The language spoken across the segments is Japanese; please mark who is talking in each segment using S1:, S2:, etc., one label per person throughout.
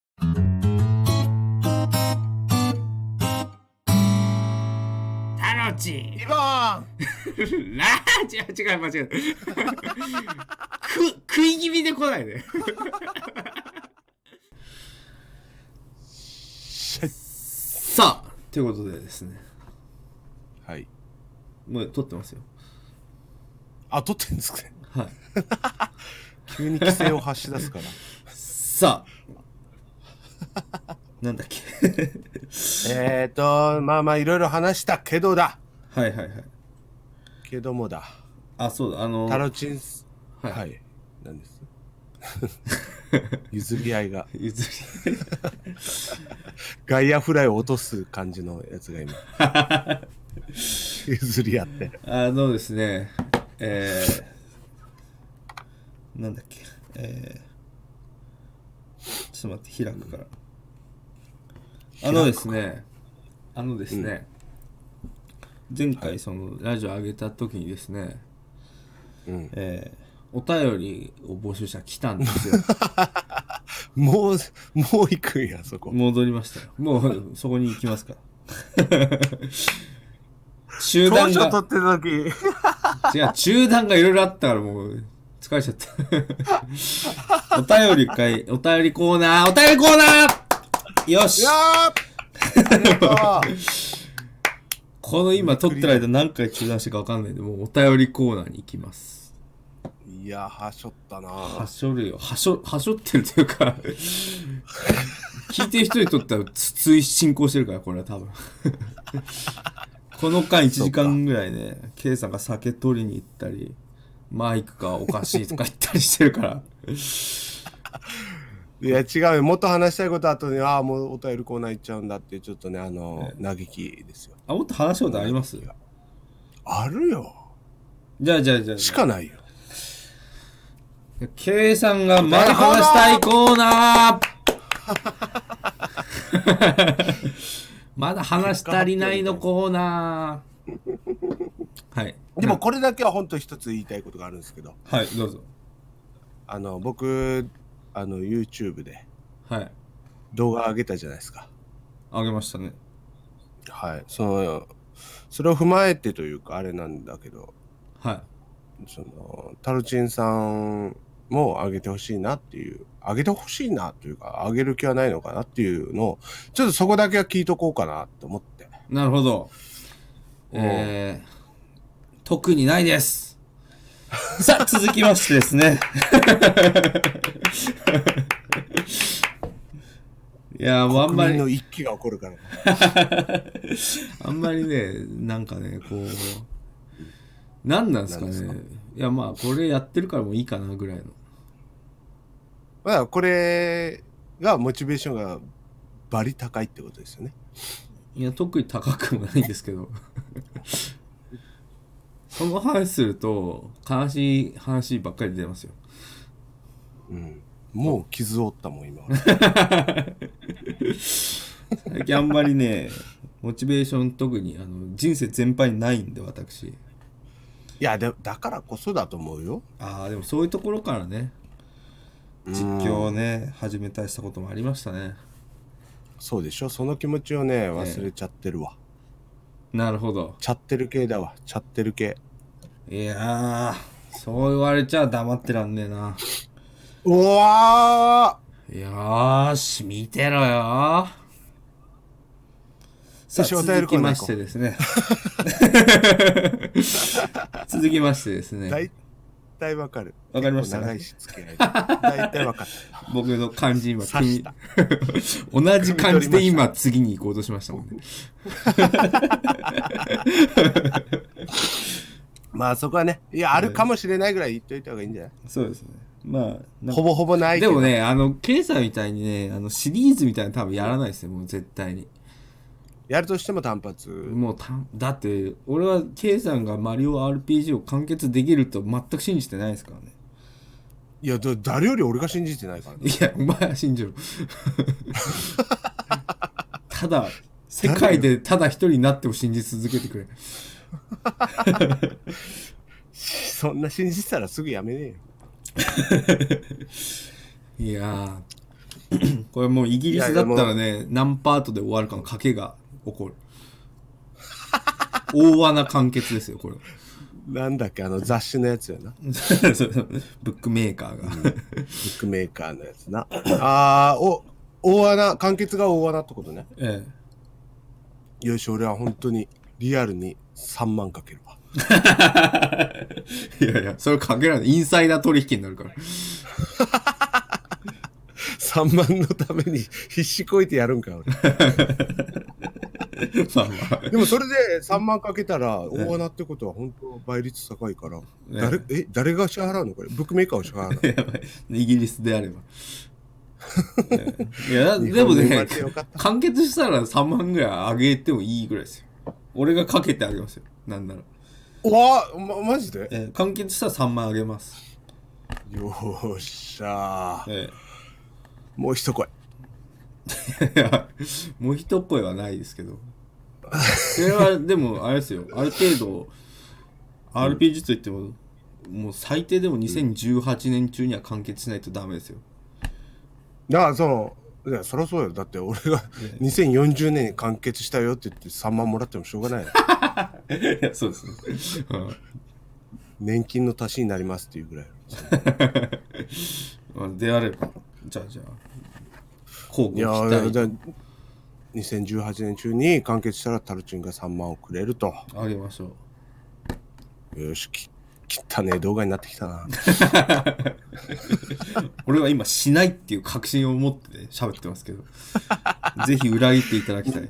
S1: 山内
S2: リボーン
S1: ラージ違う間違えた く食い気味で来ないで さあということでですね
S2: はい。
S1: もう撮ってますよ
S2: あ、撮ってんですかね。
S1: はい
S2: 急に規制を発し出すから。
S1: さあ なんだっけ
S2: えっと、まあまあいろいろ話したけどだ。
S1: はいはいはい
S2: けどもだ。
S1: あそうだあの
S2: タロチンス。
S1: はい
S2: はい。なんです。 譲り合いが。
S1: 譲り
S2: ガイアフライを落とす感じのやつが今。 譲り合って。
S1: あのですねえー、なんだっけえー、ちょっと待って開くからあのですねあのですね、前回そのラジオ上げた時にですね、
S2: うん。
S1: えー、お便りを募集したら来たんです よ
S2: もう、もう行くんや、そこ。
S1: 戻りましたよもうそこに行きますから 集
S2: 当
S1: 団
S2: 初撮
S1: が
S2: ってた時。
S1: 違う、中断がいろいろあったからもう、疲れちゃった。お便 りかい、お便りコーナー、お便りコーナーよし
S2: いや ーありがとう
S1: この今撮ってる間何回中断したかわかんないんで、もうお便りコーナーに行きます。
S2: いやはしょったな
S1: はしょるよ。はしょ、はしょってるというか、聞いてる人にとってはつい進行してるから、これは多 分。この間1時間ぐらいね、ケイさんが酒取りに行ったり、マイクがおかしいとか言ったりしてるから。
S2: いや違うよもっと話したいことあったのにああもうお便りコーナー行っちゃうんだっていうちょっとねあの嘆きですよ
S1: あ、もっと話したことあります
S2: あるよ
S1: じゃあじゃあじゃあ。
S2: しかないよ
S1: K さんがまだ話したいコーナー まだ話足りないのコーナー。はい。
S2: でも、これだけは本当一つ言いたいことがあるんですけど
S1: はい、どうぞ。
S2: あの僕あの YouTube で
S1: はい。
S2: 動画上げたじゃないですか
S1: あげましたね。
S2: はいそのそれを踏まえてというかあれなんだけど
S1: は
S2: そのタルチンさんも上げてほしいなっていう上げてほしいなというか上げる気はないのかなっていうのをちょっとそこだけは聞いとこうかなと思って
S1: い。なるほど。えー、特にないです。 さあ、続きましてですね。 いや、もうあんまり
S2: 国。の一揆が起こるから
S1: あんまりね、なんかね、こう、なんなんですかね。
S2: なんで
S1: いや、まあ、これやってるからもういいかなぐらいの。
S2: まあこれがモチベーションがバリ高いってことですよね
S1: いや、特に高くもないんですけ ど。その話すると、悲しい話ばっかり出ますよ。
S2: うんもう傷を負ったも ん今
S1: 最近あんまりね、モチベーション特にあの人生全般にないんで、私。
S2: いやでだからこそだと思うよ
S1: ああ、でもそういうところからね、実況をね、始めたりしたこともありましたね。
S2: そうでしょその気持ちをね忘れちゃってるわ、
S1: なるほど。
S2: ちゃってる系だわちゃってる系
S1: いやー、そう言われちゃ黙ってらんねえな。
S2: うわー
S1: よーし、見てろよー。さあ、
S2: 私お便り
S1: 続
S2: コ
S1: き
S2: ーナ
S1: ま
S2: ー
S1: し
S2: 行こう
S1: てです ね。続きましてですね。
S2: 大体わかる。
S1: わかりました
S2: 結構長いし、付き合いが。大体わかっ
S1: 僕の漢字今、
S2: 刺した
S1: 組み 同じ漢字で今、次に行こうとしましたもんね。
S2: た。 まあそこはね、いや、あるかもしれないぐらい言っといた方がいいんじゃない
S1: そうですね。まあなん
S2: ほ
S1: か、
S2: ぼほぼないけ
S1: で
S2: ど。
S1: も。ね、あの、ケイさんみたいにね、あの、シリーズみたいなの多分やらないですよ、もう絶対に。
S2: やるとしても単発。
S1: もうただって俺は K さんがマリオ RPG を完結できると全く信じてないですからね
S2: いや、だ誰より俺が信じてないからね。
S1: いやお前は信じろただ世界でただ一人になっても信じ続けてくれ
S2: そんな信じてたらすぐやめねえよ。
S1: いやーこれもうイギリスだったらね何パートで終わるかの賭けが起こる大穴完結ですよ、これ。
S2: なんだっけ、あの雑誌のやつやな。ブ
S1: ブックメーカーが。
S2: ックメーカーのやつな。ああ、お、大穴、完結が大穴ってことね。
S1: え
S2: よし、俺は本当にリアルに3万かけるわ。
S1: え。いやいや、それかけられない。インサイダー取引になるから。
S2: 3万のために必死こいてやるんか、俺。
S1: まあまあ。
S2: でもそれで3万かけたら、大穴ってことは本当倍率高いから、誰、え、誰が支払うのこれ。ブックメーカーを支払うの
S1: やばいイギリスであれ ば。いや、
S2: 日
S1: でも
S2: 本に
S1: ね
S2: 生まれてよかっ、
S1: 完結したら3万ぐらいあげてもいいぐらいですよ。俺がかけてあげますよ。なんなら。
S2: うわあ、ま、マジで
S1: ええ完結したら3万あげます。
S2: よーっしゃー。
S1: え
S2: もう一声。
S1: えいやもう一声はないですけど。それは、でも、あれですよ。ある程度、RPG といっても、もう最低でも2018年中には完結しないとダメですよ。
S2: だからそのいやそりゃそうよだって俺が2040年に完結したよって言って3万もらってもしょうがないよ
S1: いや、そうですね。うん
S2: 年金の足しになりますっていうぐらい
S1: まあであれば、じゃあじゃあ、交
S2: いや
S1: 互期待
S2: だ2018年中に完結したらタルチンが3万をくれると
S1: あげましょう。
S2: よしき汚ねえ動画になってきたな
S1: 俺は今しないっていう確信を持ってね喋ってますけ ど、ぜひ裏切っていただきたい。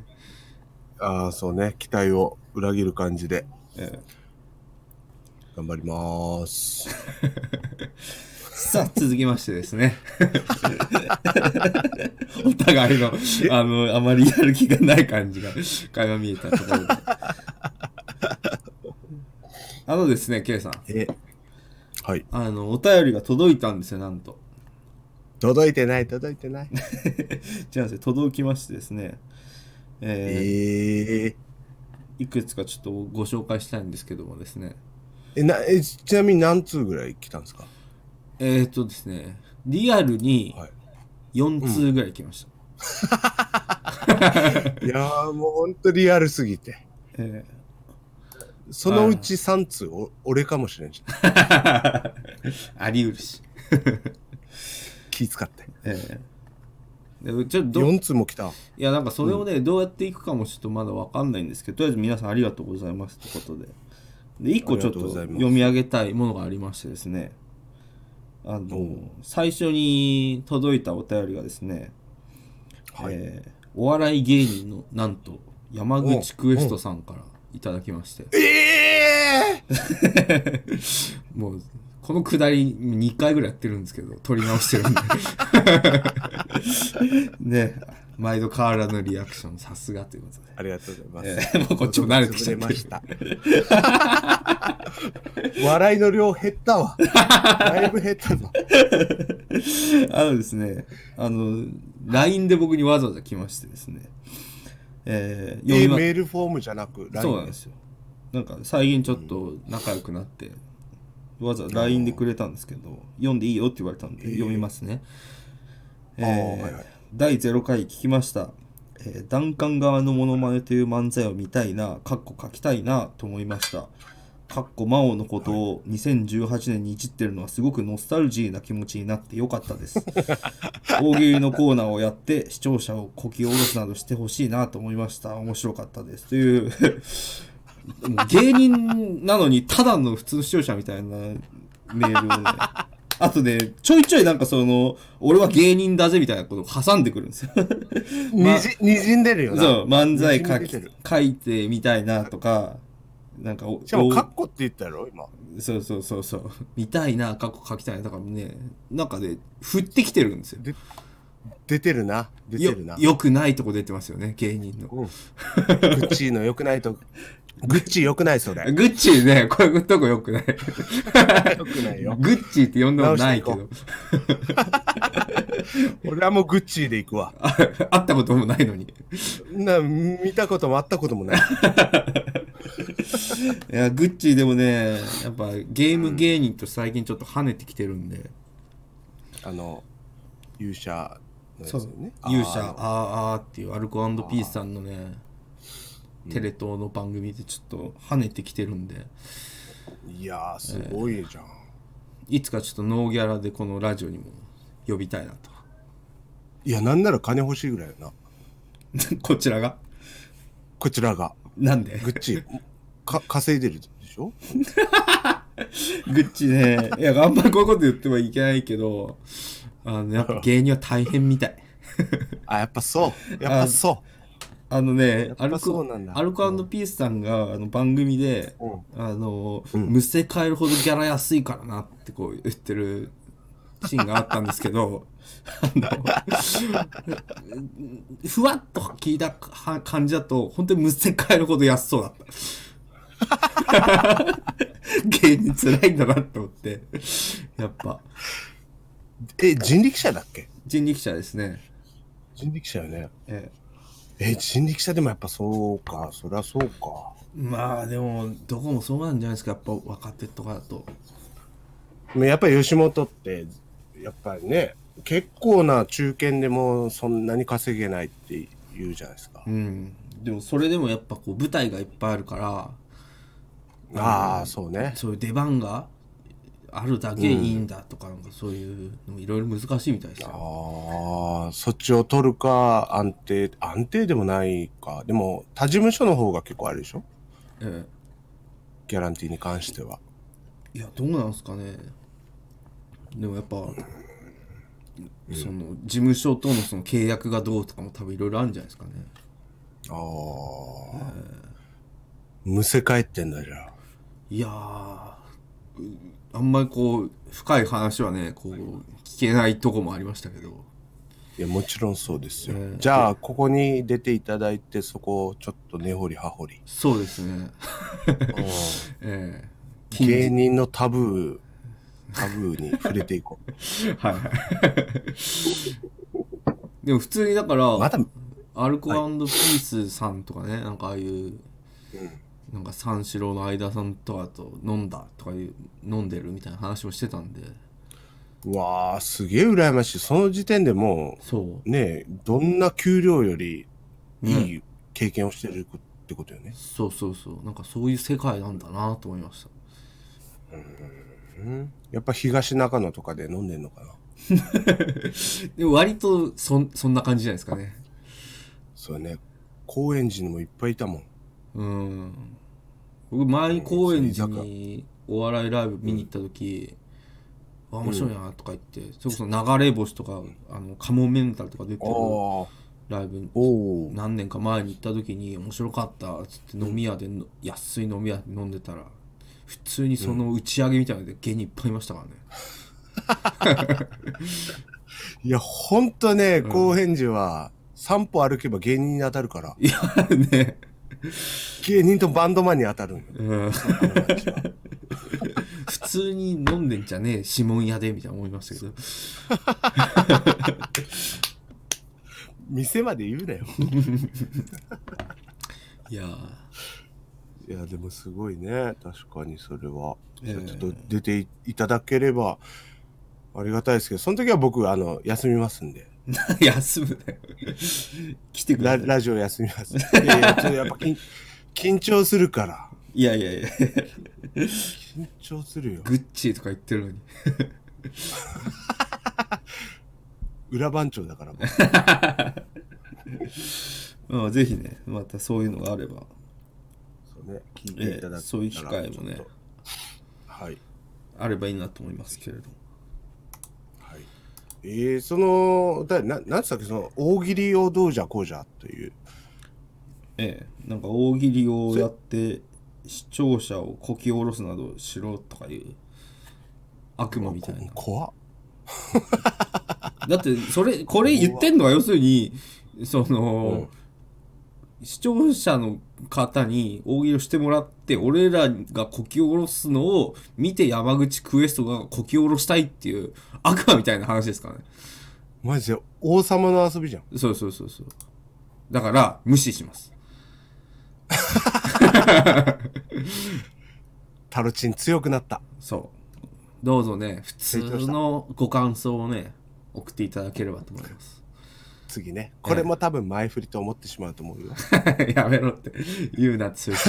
S2: ああそうね期待を裏切る感じで
S1: ええ
S2: 頑張りまーす
S1: さあ、続きましてですね。 お互いの、あの、あまりやる気がない感じが、垣間見えたところで。あのですね、K さん。
S2: えはい
S1: あの、お便りが届いたんですよ、なんと。
S2: 届いてない届いてない
S1: じゃあ、届きましてですね。えー
S2: えー、
S1: いくつかちょっとご紹介したいんですけどもですね。
S2: えなえちなみに何通ぐらい来たんですか
S1: えっ、ー、とですね、リアルに
S2: はい
S1: 4通ぐらい来ました。
S2: いやーもうほんとリアルすぎて。
S1: え
S2: そのうち3通お、俺かもしれんじゃん。
S1: ー ありうるし。
S2: 気使って。
S1: えーでちょっとどい
S2: 4通も来た。
S1: やなんかそれをね、どうやっていくかもちょっとまだわかんないんですけどとりあえず皆さんありがとうございますってことでで1個ちょっ
S2: ありがとう
S1: と
S2: ございます
S1: 読み上げたいものがありましてですねあの
S2: お
S1: 最初に届いたお便りがですね、
S2: はい。
S1: えーお笑い芸人のなんと山口クエストさんからいただきまして
S2: ええ
S1: もうこのくだり2回ぐらいやってるんですけど撮り直してるんで ね毎度変わらぬリアクションさすがということで。
S2: ありがとうござい
S1: え
S2: ます。
S1: ーもうこっちも慣れてきちゃっ
S2: 潰
S1: て
S2: れました。笑いの量減ったわ。だいぶ減っ たぞ。
S1: あのですねあの LINE で僕にわざわざ来ましてですねえー
S2: え
S1: 読みま
S2: メールフォームじゃなく、
S1: そうなんで
S2: で。
S1: すすよなんか最近ちょっと仲良くなってわざわざ LINE でくれたんですけど読んでいいよって言われたんで読みますね、え
S2: あー
S1: ー
S2: はいはい
S1: 第0回聞きました、えー、ダンカン側のモノマネという漫才を見たいなかっこ書きたいなと思いましたかっこ魔王のことを2018年にいじってるのはすごくノスタルジーな気持ちになってよかったです大喜利のコーナーをやって視聴者をこき下ろすなどしてほしいなと思いました面白かったですというもう芸人なのにただの普通の視聴者みたいなメールをねあとねちょいちょいなんかその俺は芸人だぜみたいなことを挟んでくるんですよまあ
S2: にじ、にじんでるよな。
S1: そう漫才
S2: にじみ出て
S1: 書
S2: る
S1: き書いてみたいなとかなんかお
S2: しかも、
S1: お
S2: カッコって言ったやろ、今。
S1: そうそうそうそう見たいな過去書きたいなだからねなんかね振ってきてるんですよ
S2: 出てるな。出て
S1: よ
S2: るな。
S1: よくないとこ出てますよね芸人の
S2: うん。グッチーの良くないと、グッチー良くない、そ れ。
S1: グッチーねこういうとこよくない
S2: 良くないよ。
S1: グッチーって呼んでもないけど
S2: 直俺はもうグッチーで行くわ。
S1: あ 会ったこともないのに
S2: な見たこともあったこと もない。
S1: いやグッチーでもねやっぱゲーム芸人と最近ちょっと跳ねてきてるんで、
S2: あの、勇者のやつよね。あー
S1: 勇者あーあーっていうアルコピースさんのねテレ東の番組でちょっと跳ねてきてるんで、
S2: いやー、すごいじゃん。
S1: いつかちょっとノーギャラでこのラジオにも呼びたいなと。
S2: いや、なんなら金欲しいぐらいよな。
S1: こちらが
S2: こちらが。
S1: なんで
S2: グッチ、 か、稼いでるでしょ
S1: グッチね、いや、あんまりこういうこと言ってはいけないけど、あの、やっ ぱ芸人は大変みたい。
S2: あ、やっぱそう。やっぱそ
S1: あのね、ア
S2: やっぱ
S1: ル
S2: そ
S1: コ
S2: うなんだ
S1: アルコピースさんがあの番組で、
S2: うん
S1: あの、
S2: ん
S1: むせ変えるほどギャラ安いからなってこう言ってるシーンがあったんですけど、あの、ふわっと聞いたは感じだと、本当にむせ変えるほど安そうだった。芸人辛いんだなって思って、やっぱ、
S2: う。え、人力車だっけ
S1: 人力車ですね。
S2: 人力車よね。
S1: ええ
S2: え、人力車でもやっぱそうか。そりゃそうか。
S1: まあでも、どこもそうなんじゃないですか、やっぱ若手とかだと。
S2: ねやっぱり吉本って、やっぱりね、結構な中堅でもそんなに稼げないって言うじゃないですか
S1: う。ん、でもそれでもやっぱこう舞台がいっぱいあるから
S2: ああ、そうね。
S1: そういう出番があるだけいいんだとかなんかそういうのもいろいろ難しいみたいですよ。
S2: ああ、そっちを取るか、安定、安定でもないか。でも、他事務所の方が結構あるでしょ
S1: え
S2: ギャランティーに関しては。
S1: え、いやどうなんですかねでもやっぱ、その事務所とのその契約がどうとかも多分いろいろあるんじゃないですかね。
S2: ああ、むせ返ってんだじゃあ。
S1: いやーうあんまりこう深い話はねこう聞けないとこもありましたけど。
S2: いや、もちろんそうですよ。
S1: うん
S2: じゃあ、ここに出ていただいて、そこをちょっと根掘り葉掘り。
S1: そうです ね。 ええ
S2: 芸人のタブー、タブーに触れていこう。
S1: はい はい。でも普通にだから、
S2: まだ、
S1: アルコピースさんとかね、なんかああいう、なんか三四郎の相田さんとかと飲んだとかいう、飲んでるみたいな話もしてたんで、
S2: うわあ、すげえ羨ましい。その時点でも
S1: そう
S2: う、。ねえ、どんな給料よりいい経験をしてるってことよね。
S1: そうそうそう。なんかそういう世界なんだなと思いました。
S2: やっぱ東中野とかで飲んでんのかな。
S1: でも割とそん、そんな感じじゃないですかね。
S2: そうね。高円寺にもいっぱいいたもん。
S1: うん。僕、前、高円寺にお笑いライブ見に行った時、あ、面白いなとか言って、それこそ流れ星とか、あの、カモメンタルとか出て
S2: あ
S1: る
S2: お
S1: ライブ、
S2: お。
S1: 何年か前に行った時に、面白かったっつって飲み屋での、安い飲み屋で飲んでたら、普通にその打ち上げみたいなので芸人いっぱいいましたからね。
S2: いや、ほんとね、高円寺は、散歩歩けば芸人に当たるから、
S1: いや、ね。
S2: 芸人とバンドマンに当たるんよ
S1: うん 普通に飲んでんじゃねえ指紋屋でみたいな思いましたけど
S2: 店まで言うなよ。
S1: いやー
S2: いや、でもすごいね。確かにそれは。
S1: ええ
S2: いやちょっと出ていいただければありがたいですけど、その時は僕、あの、休みますんで。
S1: 休むなよ。来てく
S2: ラ
S1: ださい。
S2: ラジオ休み ます。いやいや、ちょっとやっぱ緊緊張するから。
S1: いやいやいや、
S2: 緊張するよ。
S1: グッチーとか言ってるのに。
S2: 裏番長だから僕。
S1: まあ、ぜひね、またそういうのがあれば、
S2: そうね、聞いて
S1: え
S2: いただけた
S1: え
S2: ら、
S1: そういう機会も
S2: ち
S1: ね
S2: ょっと。はい。
S1: あればいいなと思いますけれども。
S2: はい。えー、その、だななんつったっけ、その、大喜利をどうじゃこうじゃという。
S1: ええ、なんか大喜利をやって、視聴者をこき下ろすなどしろとかいう悪魔みたいな。
S2: 怖っ。
S1: だって、それ、これ言ってんのは要するに、その、視聴者の方に大喜利をしてもらって、俺らがこき下ろすのを見て山口クエストがこき下ろしたいっていう悪魔みたいな話ですからね。
S2: マジで王様の遊びじゃん。
S1: そうそうそうそう。だから、無視します。
S2: タロチン強くなった。
S1: そう。どうぞね、普通のご感想をね、送っていただければと思います。
S2: 次ね。これも多分前振りと思ってしまうと思うよ。
S1: やめろって言うな強く、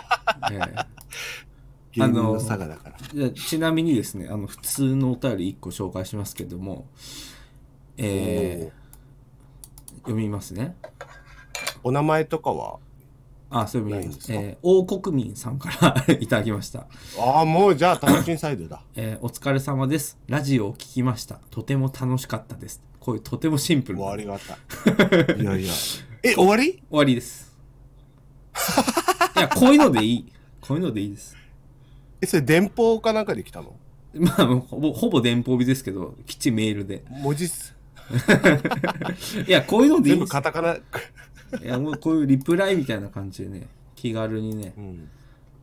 S1: え
S2: 芸人の差がだから。
S1: えじゃあちなみにですねあの普通のお便り1個紹介しますけども、えー読みますね
S2: おーお名前とかは
S1: あそういう意
S2: ない
S1: 味
S2: ん
S1: で
S2: ですすか
S1: えー王国民さんから いただきました
S2: ああ、もうじゃあ、タロチンサイドだ。
S1: えーお疲れ様です。ラジオを聞きました。とても楽しかったです。こういうとてもシンプルな
S2: もうあ
S1: 終
S2: りがたい。いやいや。え、終わり
S1: わりです。いや、こういうのでいい。こういうのでいいです。
S2: え、それ電報かなんかで来たの
S1: まあ、もうほぼほぼ電報日ですけど、きっちりメールで。
S2: 文字数
S1: いや、こういうのでいい
S2: 全
S1: で
S2: 部
S1: す
S2: カ。タカナ。
S1: いや、もうこういうリプライみたいな感じでね、気軽にね
S2: う、ん。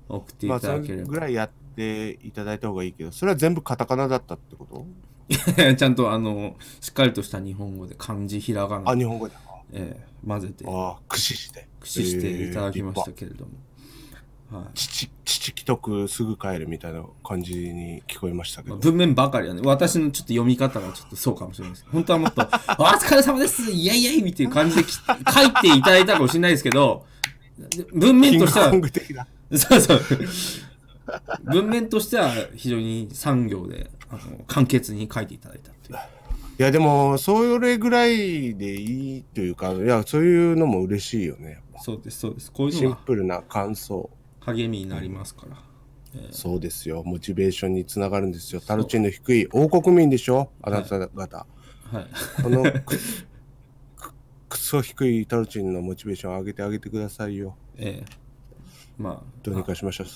S1: 送ってい
S2: まあ、
S1: た
S2: そ
S1: だ
S2: れ
S1: ければ。
S2: ぐらいやっていただいた方がいいけど、それは全部カタカナだったってこと
S1: ちゃんと、あの、しっかりとした日本語で漢字、ひらが
S2: あ、
S1: な、
S2: 日本語だ。
S1: えー混ぜて、駆
S2: ああ、駆使して。
S1: 使していただきまし
S2: え
S1: た
S2: ー。立派
S1: けれども。はい。
S2: 父、父既得すぐ帰るみたいな感じに聞こえましたけ
S1: まあ
S2: ど。
S1: 文面ばかりはね、私のちょっと読み方がちょっとそうかもしれないです。本当はもっと、お 疲れ様ですイェイイェイみたいな感じでき書いていただいたかもしれないですけど、で文
S2: キ
S1: 面
S2: ン
S1: と
S2: グ
S1: しては
S2: コン、グ的な。
S1: そうそう。文面としては非常に産業で、あの、簡潔に書いていただいたっていう。
S2: いや、でも、それぐらいでいいというか、いや、そういうのも嬉しいよね。
S1: そうです、そうです。こういう
S2: シ
S1: の
S2: ン
S1: が
S2: プルな感想。
S1: 励みになりますから。
S2: そうですよ。モチベーションにつながるんですよ。タルチンの低い王国民でしょあなた方。
S1: はい。
S2: このく、くくそ低いタルチンのモチベーションを上げてあげてくださいよ。
S1: ええまあ、
S2: どうにかしましょう。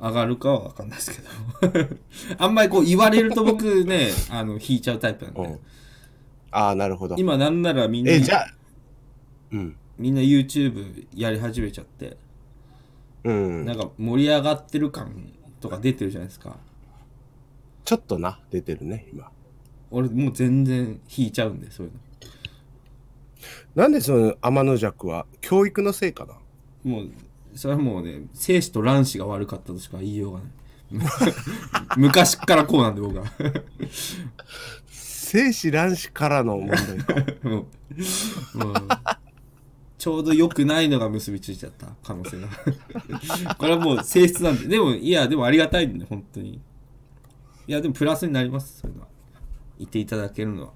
S1: 上がるかは分かんないですけど あんまりこう言われると僕ねあの引いちゃうタイプなんで、
S2: うんああ、なるほど。
S1: 今なんならみんな
S2: え、じゃあ、うん。
S1: みんな YouTube やり始めちゃって
S2: うん
S1: な。んか盛り上がってる感とか出てるじゃないですか
S2: ちょっとな、出てるね、今。
S1: 俺もう全然引いちゃうんでそういう
S2: なんでその天の弱は教育のせいかな
S1: のもうそれはもうね精子と卵子が悪かったとしか言いようがない 昔っからこうなんで僕は
S2: 生死卵子からの問題か。
S1: もうもうちょうど良くないのが結びついちゃった可能性が これはもう性質なんででもいやでもありがたいんで本当にいやでもプラスになりますそういうのは言っていただけるのは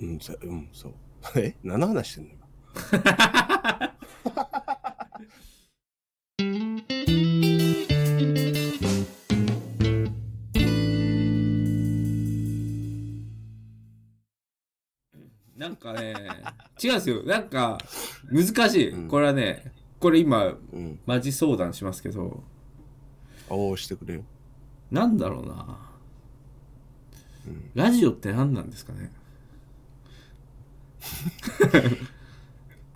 S2: うん、そうん、そう。 え何の話してんの今
S1: なんかね、違うんですよ。なんか、難しい。これはね、これ今、
S2: うん。
S1: マジ相談しますけど、
S2: おーしてくれよ。
S1: なんだろうな。ラジオって何なんですか ね。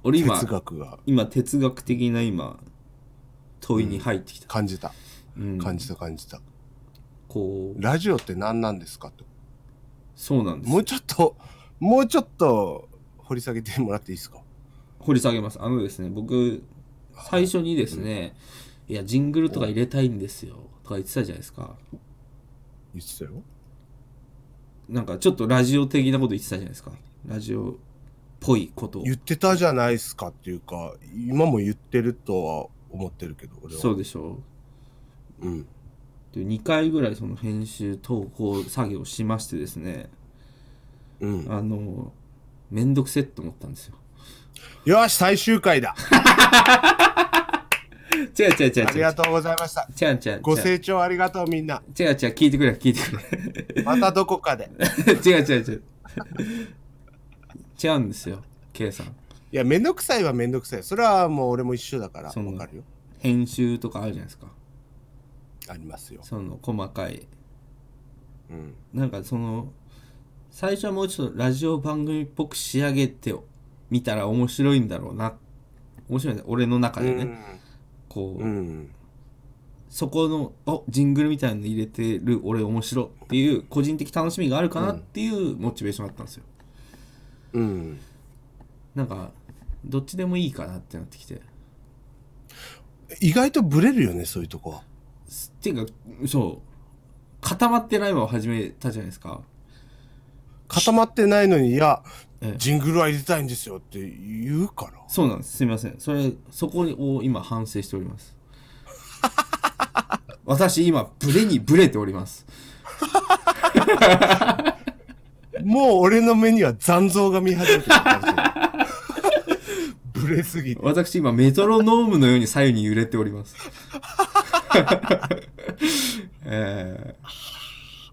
S1: 俺今
S2: 哲学が
S1: 今、哲学的な今、問いに入ってきた。
S2: 感じた。
S1: うん
S2: 感じた感じた。
S1: こう、
S2: ラジオって何なんですかと。
S1: そうなんです
S2: も。うちょっと、もうちょっと掘り下げてもらっていいですか
S1: 掘り下げます。あのですね、僕、最初にですね、いや、ジングルとか入れたいんですよ、とか言ってたじゃないですか。
S2: 言ってたよ。
S1: なんかちょっとラジオ的なこと言ってたじゃないですか。ラジオっぽいことを
S2: 言ってたじゃないですかっていうか、今も言ってるとは思ってるけど、俺は。
S1: そうでしょ
S2: うん。
S1: う。で2回ぐらいその編集投稿作業しましてですね、
S2: うん。
S1: あの、めんどくせえって思ったんですよ。
S2: よし、最終 回だ。
S1: 違う違う違う
S2: あり
S1: 違う。
S2: がとうございました。
S1: 違う違う違う。
S2: ご清聴ありがとう、みんな。
S1: 違う違う、聞いてくれ、聞いてく
S2: またどこかで。
S1: れ。 違う違う違う。違うんですよ、K さん。
S2: いや、めんどくさいはめんどくさい。それはもう俺も一緒だから、
S1: そんな
S2: わかるよ。
S1: 編集とかあるじゃないですか。
S2: ありますよ。
S1: その細かい
S2: うん。
S1: なんかその最初はもうちょっとラジオ番組っぽく仕上げてみたら面白いんだろうな面白いね俺の中でね、こう、
S2: うん。
S1: そこのおジングルみたいなの入れてる俺面白っていう個人的楽しみがあるかなっていうモチベーションだったんですよ
S2: うん。
S1: なんかどっちでもいいかなってなってきてっ
S2: 意外とブレるよね、そういうとこは。
S1: ていうかそう固まってないまま始めたじゃないですか
S2: 固まってないのに、いや、
S1: ええ
S2: ジングルは入れたいんですよって言うから。
S1: そうなんですすみませんそれそこを今反省しております 私今ブレにブレております
S2: もう俺の目には残像が見始めてる感 じ。ブレすぎて。
S1: 私今メトロノームのように左右に揺れており ますえ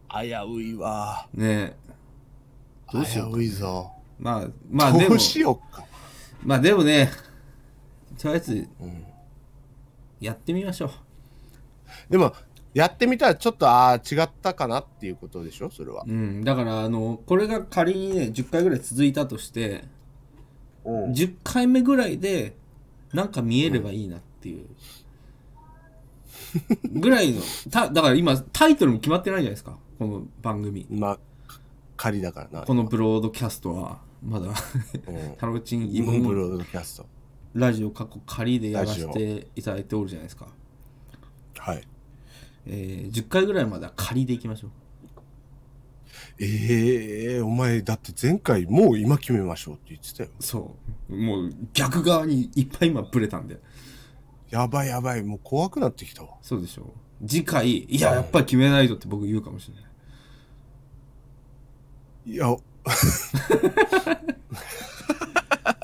S2: 危ういわ。
S1: ー、ねえ
S2: どうしよう。危ういぞ。
S1: まあまあで
S2: ど
S1: も
S2: うしようか。
S1: まあでもねとりあえず
S2: ん
S1: やってみましょう
S2: でも、やってみたらちょっと、ああ、違ったかなっていうことでしょそれは。
S1: うん、だからあのこれが仮にね10回ぐらい続いたとして
S2: うん
S1: 10回目ぐらいでなんか見えればいいなって いう、ぐらいのただから今タイトルも決まってないじゃないですかこの番組
S2: まあ、仮だからな。
S1: このブロードキャストはま だ
S2: うん
S1: タロチンイ
S2: イ
S1: ボ
S2: モンブ
S1: ン
S2: ロードキャスト。
S1: ラジオ過去仮でやらせていただいておるじゃないですか、
S2: はい。
S1: えー10回ぐらいまでは仮でいきましょう
S2: ええお前、だって前回もう今決めましょうって言ってたよ。
S1: そうもう逆側にいっぱい今ブレたんで
S2: やばいやばい、もう怖くなってきたわ。
S1: そうでしょ次回いややっぱり決めないとって僕言うかもしれない
S2: いや、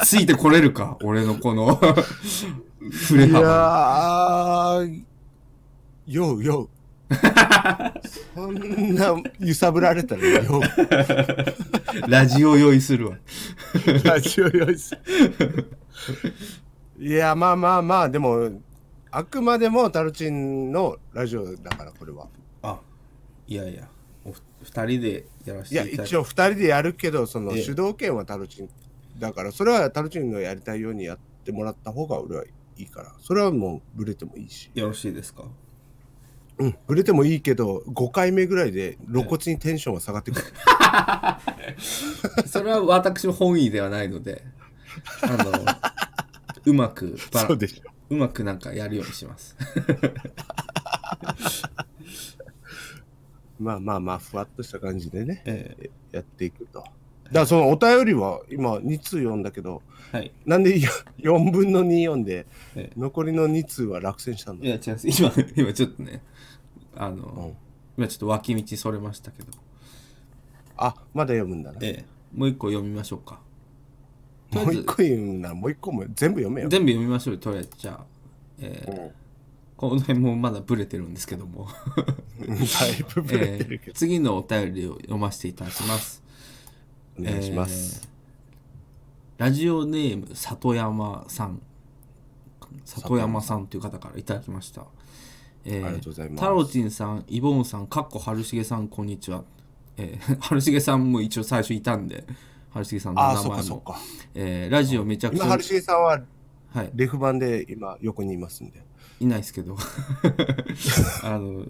S1: ついてこれる か俺の この触れ
S2: いや
S1: 幅
S2: ー、ようよう。そんな揺さぶられたらよう。
S1: ラジオ用意するわ
S2: ラジオ用意すいや、まあまあまあ、でも、あくまでもタルチンのラジオだから、これは。
S1: あいやいやおふ二人でやらせ
S2: い
S1: てい
S2: や、
S1: ただいて
S2: 一応二人でやるけど、その
S1: ええ
S2: 主導権はタルチン。だから、それはタルチンのやりたいようにやってもらった方が俺はいいから。それはもうブレてもいいし。
S1: よろしいですか
S2: うん、ブレてもいいけど、5回目ぐらいで露骨にテンションが下がって くる。
S1: それは私の本意ではないのであ のうまくバ
S2: そ
S1: ラ
S2: うでしょ。
S1: うまくなんかやるようにします
S2: まあまあまあ、ふわっとした感じでね、
S1: ええ
S2: やっていくと。だからそのお便りは今2通読んだけど、
S1: はい
S2: なんで4分の2読んで
S1: ええ、
S2: 残りの2通は落選したん
S1: い
S2: だ。
S1: や違います今今ちょっとねあの、
S2: うん
S1: 今ちょっと脇道それましたけど
S2: あ、まだ読むんだな。
S1: ええもう一個読みましょうかと
S2: も
S1: りあえず
S2: う一個読むならもう一個も全部読めよ。
S1: 全部読みましょうよとりあえずじゃあ、ええ
S2: うん
S1: この辺もまだブレてるんですけど も、
S2: だいぶぶれてるけ
S1: えー
S2: ど。
S1: 次のお便りを読ませていただきます。
S2: お願いします。
S1: ラジオネーム里山さん里山さんという方からいただきました、えー
S2: ありがとうございます
S1: タロチンさんイボンさんかっこ春重さんこんにちは、え ー、春重さんも一応最初いたんで春重さんの
S2: あ
S1: お
S2: あ、
S1: 名
S2: そっか
S1: 前
S2: そっ
S1: も、
S2: か。
S1: えーラジオめちゃくち
S2: 今、
S1: ゃ、
S2: 春重さんは
S1: はい、
S2: レフ版で今横にいますんで。
S1: いないですけどあの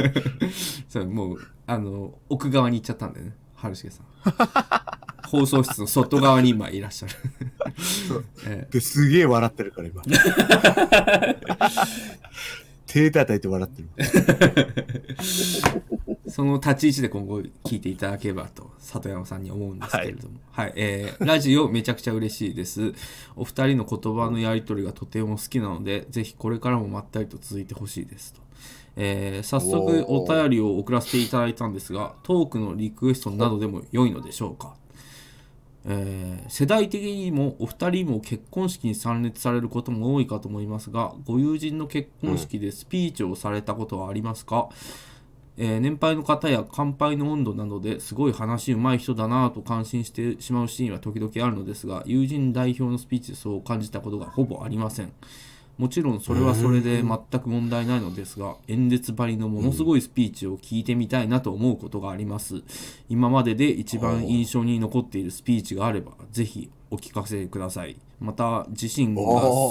S1: それもうあの奥側に行っちゃったんでね春重さん放送室の外側に今いらっしゃるえ
S2: ですげえ笑ってるから今。手叩いて笑ってる。
S1: えその立ち位置で今後聞いていただければと里山さんに思うんですけれども、はいえーラジオめちゃくちゃ嬉しいですお二人の言葉のやり取りがとても好きなのでぜひこれからもまったりと続いてほしいですと。えー早速お
S2: おー
S1: 便りを送らせていただいたんですがトークのリクエストなどでも良いのでしょうかえー世代的にもお二人も結婚式に参列されることも多いかと思いますがご友人の結婚式でスピーチをされたことはありますか、えー年配の方や乾杯の温度などですごい話うまい人だなぁと感心してしまうシーンは時々あるのですが友人代表のスピーチでそう感じたことがほぼありませんもちろんそれはそれで全く問題ないのですが演説ばりのものすごいスピーチを聞いてみたいなと思うことがあります今までで一番印象に残っているスピーチがあればぜひお聞かせくださいまた自身が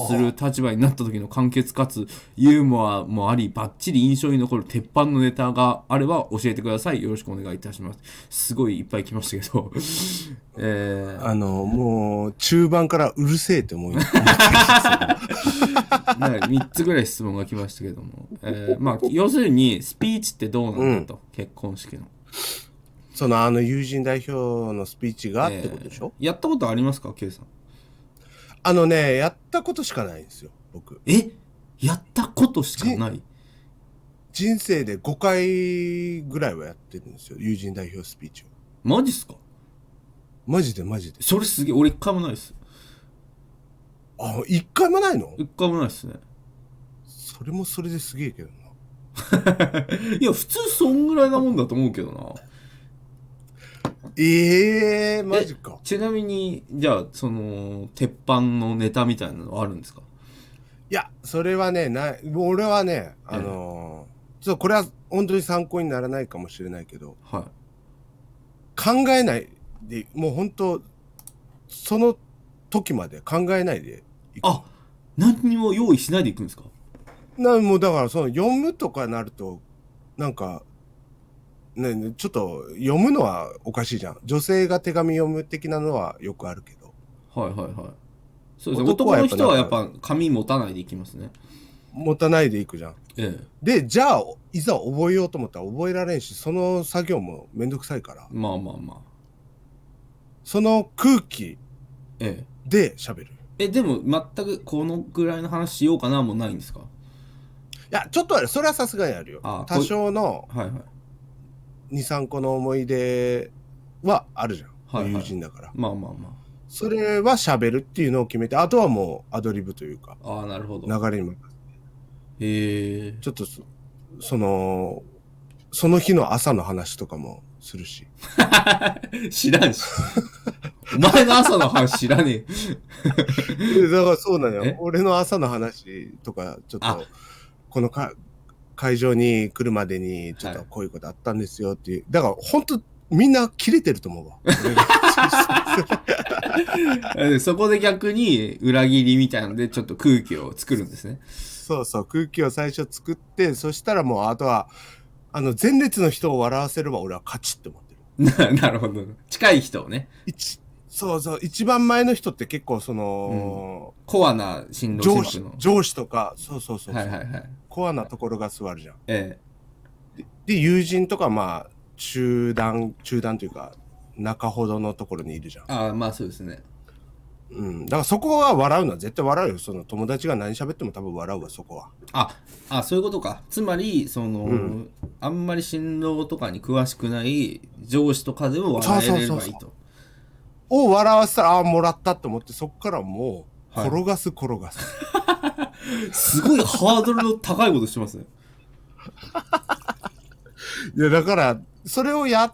S1: する立場になった時の簡潔かつユーモアもありバッチリ印象に残る鉄板のネタがあれば教えてくださいよろしくお願いいたしますすごいいっぱい来ましたけど え
S2: あの、もう中盤からうるせえって思います。
S1: ー、なんか3つぐらい質問が来ましたけども、えーまあ要するにスピーチってどうなんだと、結婚式の
S2: そのあの友人代表のスピーチがってことでしょ、
S1: えーやったことありますか ?K さん。
S2: あのね、やったことしかないんですよ、僕。
S1: えやったことしかない
S2: 人生で5回ぐらいはやってるんですよ、友人代表スピーチを。
S1: マジっすか
S2: マジでマジで。
S1: それすげえ、俺一回もないっす。
S2: あ、一回もないの
S1: 一回もないっすね。
S2: それもそれですげえけどな。
S1: いや、普通そんぐらいなもんだと思うけどな。
S2: ええマジか。
S1: ちなみに、じゃあ、その、鉄板のネタみたいなのあるんですか
S2: いや、それはね、ない、俺はね、あのーちょっとこれは本当に参考にならないかもしれないけど、
S1: は
S2: 考えないで、もう本当、その時まで考えないで
S1: い。あ、何にも用意しないでいくんですか
S2: なもうだからその読むとかなるとなんかねねちょっと読むのはおかしいじゃん女性が手紙読む的なのはよくあるけど
S1: はいはいはい。そうですね。男
S2: 男はや
S1: の
S2: っぱ
S1: 人はやっぱ髪持たないでいきますね。
S2: 持たないでいくじゃん
S1: ええ。
S2: でじゃあいざ覚えようと思ったら覚えられんしその作業もめんどくさいから
S1: まあまあまあ。
S2: その空気
S1: ええ。
S2: で喋るい
S1: え、でも全くこのぐらいの話しようかなもないんですか
S2: やちょっとあるそれはさすがにあるよ
S1: あ
S2: 多少の
S1: はいはい。
S2: 23個の思い出はあるじゃん、
S1: はいはい
S2: 友人だから
S1: まあまあま
S2: それは喋るっていうのを決めてあとはもうアドリブというか
S1: あ。ああ、なるほど。
S2: 流れに任
S1: へえ。
S2: ちょっとそ、その、その日の朝の話とかもするし。
S1: 知らんし。 お前の朝の話知らねえ。
S2: え だからそうなの
S1: え
S2: よ。俺の朝の話とか、ちょっ
S1: あ
S2: と、このか会場に来るまでに、ちょっと
S1: はい
S2: こういうことあったんですよっていう。だから本当みんな切れてると思う わ。俺が
S1: えそこで逆に裏切りみたいのでちょっと空気を作るんですね。
S2: そうそう、空気を最初作って、そしたらもうあとは、あの、前列の人を笑わせれば俺は勝ちって思ってる。
S1: な なるほど。近い人をね、
S2: 一、そうそう、一番前の人って結構その、
S1: コアな新郎
S2: 上
S1: 新
S2: 司
S1: 婦、
S2: 上司とか、そうそうそう
S1: は
S2: そう、
S1: いはいはい。
S2: コアなところが座るじゃん。
S1: え
S2: で、友人とか、まあ、中段、中段というか、中ほどのところにいるじゃん
S1: え。ああ、まあそうですね。
S2: うん。だからそこは笑うのは絶対笑うよ。その友達が何喋っても多分笑うわ、そこは。
S1: あ、あ、そういうことか。つまり、その、
S2: うん
S1: あんまり新郎とかに詳しくない上司とかでも笑えればいいと。
S2: を笑わせたら、ああ、もらったと思って、そこからもう、
S1: はい
S2: 転がす、転がす。
S1: すごいハードルの高いことしてますね。
S2: いや、だから、それをやっ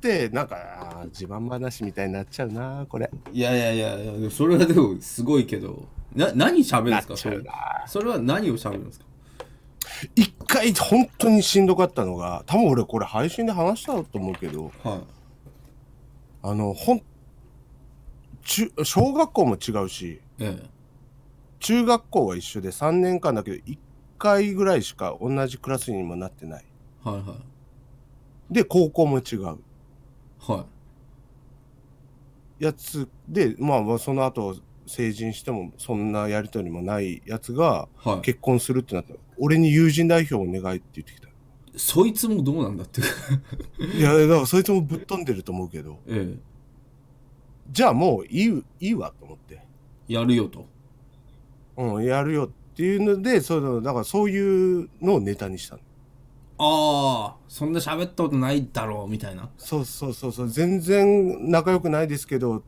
S2: て、なんか、ああ自慢話みたいになっちゃうな、これ。
S1: いやいやいやいや、でもそれはでもすごいけど、な、何喋るんで
S2: なっ
S1: すか
S2: ち
S1: そ
S2: ゃ
S1: れ
S2: う。な。
S1: それは何を喋るんですか
S2: 一回、本当にしんどかったのが、多分俺これ配信で話したと思うけど、
S1: はい。
S2: あの、ほん、中、小学校も違うし、
S1: ええ。
S2: 中学校は一緒で3年間だけど、1回ぐらいしか同じクラスにもなってない。
S1: はいはい。
S2: で、高校も違う。
S1: はい。
S2: やつで、まあまあ、その後、成人しても、そんなやりとりもないやつが、
S1: はい。
S2: 結婚するってなったら俺に友人代表お願いって言ってきた。
S1: そいつもどうなんだっていう か。
S2: いや、だからそいつもぶっ飛んでると思うけど、
S1: え
S2: じゃあもういい、いいわと思って。
S1: え。やるよと。
S2: うん、やるよっていうので、そういうの、だからそういうのをネタにしたの
S1: ああ、そんな喋ったことないだろう、みたいな。
S2: そうそうそうそう、全然仲良くないですけど、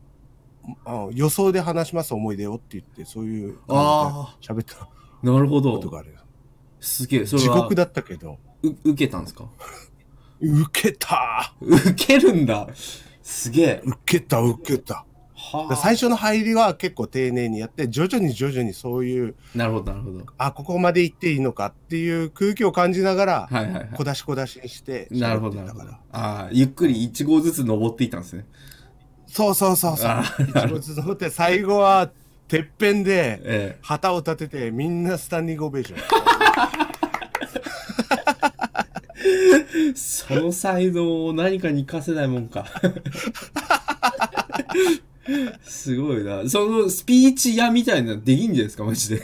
S2: あ予想で話します思い出をって言って、そういう
S1: あ
S2: 感じで喋った
S1: なるほ
S2: ことが
S1: ど。
S2: あるよ。
S1: すげえ。それ
S2: 地
S1: は
S2: 獄だったけど、
S1: う受けたんですか
S2: 受けた
S1: 受けるんだ。すげえ。
S2: 受けた受けた。だ
S1: は
S2: から最初の入りは結構丁寧にやって、徐々に徐々にそういう、
S1: あ。なるほど、なるほど。
S2: あ、ここまで行っていいのかっていう空気を感じながら、
S1: はいはいはい。
S2: 小出し小出しにして、
S1: なるほど、
S2: 喋
S1: なる
S2: ってた
S1: ほ
S2: か
S1: ど。
S2: ら
S1: ああー、ゆっくり1号ずつ登っていったんですね。
S2: そうそうそうそう。
S1: あーなるほど
S2: 一つ登って、最後は、てっぺんで、
S1: え
S2: 旗を立ててみんなスタンディングオベーション
S1: え。その才能を何かに活かせないもんか。すごいな。そのスピーチ屋みたいなのできんじゃないですか、マジで。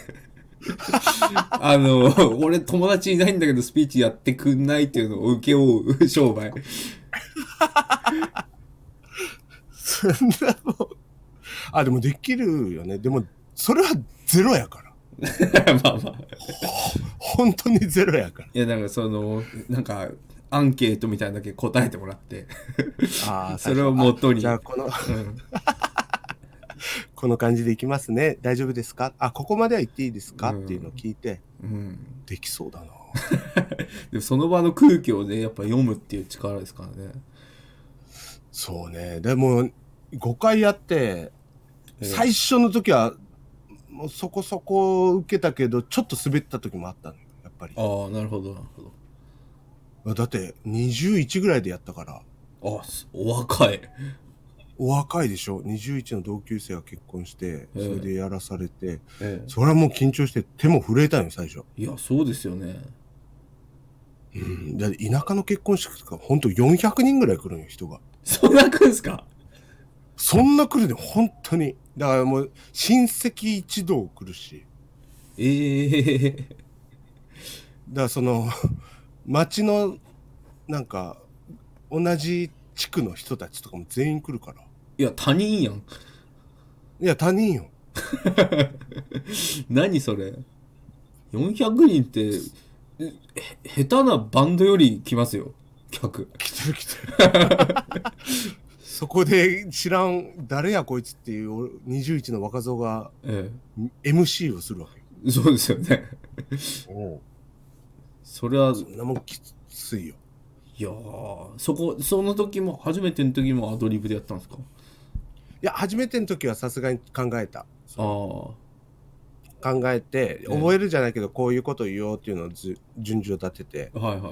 S1: あの、俺友達いないんだけどスピーチやってくんないっていうのを請け負う商売。
S2: そんなもん。あ、でもできるよね。でも、それはゼロやから。
S1: まあまあ。
S2: 本当にゼロやから。
S1: いや、なんかその、なんか、アンケートみたいなのだけ答えてもらって。
S2: あー
S1: それを元に
S2: じゃあ、この、
S1: うん
S2: この感じでいきますね。大丈夫ですかあ、ここまでは行っていいですか、
S1: うん
S2: っていうのを聞いて、
S1: うん。
S2: できそうだな。
S1: でもその場の空気をね、やっぱ読むっていう力ですからね。
S2: そうね。でも、5回やって、
S1: ええ
S2: 最初の時は、もうそこそこ受けたけど、ちょっと滑った時もあったのよ、やっぱり。
S1: ああ、なるほど、なるほ
S2: だって、21ぐらいでやったから、
S1: ど。ああ、すお若い。
S2: お若いでしょ ?21 の同級生が結婚して、そ
S1: ええ
S2: れでやらされて、
S1: え
S2: それはもう緊張して手も震えたのよ、最初。
S1: え、いや、そうですよね。
S2: うん。だって田舎の結婚式とか、ほんと400人ぐらい来るのよ、人が。
S1: そんなくんすか
S2: そんな来るね、本当に。だからもう、親戚一同来るし。
S1: ええ
S2: だからその、 町の、なんか、同じ地区の人たちとかも全員来るから。
S1: いや、他人やん。
S2: いや、他人よ。
S1: 何それ。400人って、えへ下手なバンドより来ますよ、客。
S2: 来てる来てる。そこで知らん、誰やこいつっていう俺21の若造が
S1: え
S2: MC をするわけよ。
S1: え、そうですよね。それは、
S2: そんなもんきついよ。
S1: いやーそこ、その時も、初めての時もアドリブでやったんですか
S2: いや、初めての時はさすがに考えた。
S1: ああ。
S2: 考えて、
S1: うん
S2: 覚えるじゃないけど、こういうこと言おうっていうのをず順序を立てて、
S1: はいはい。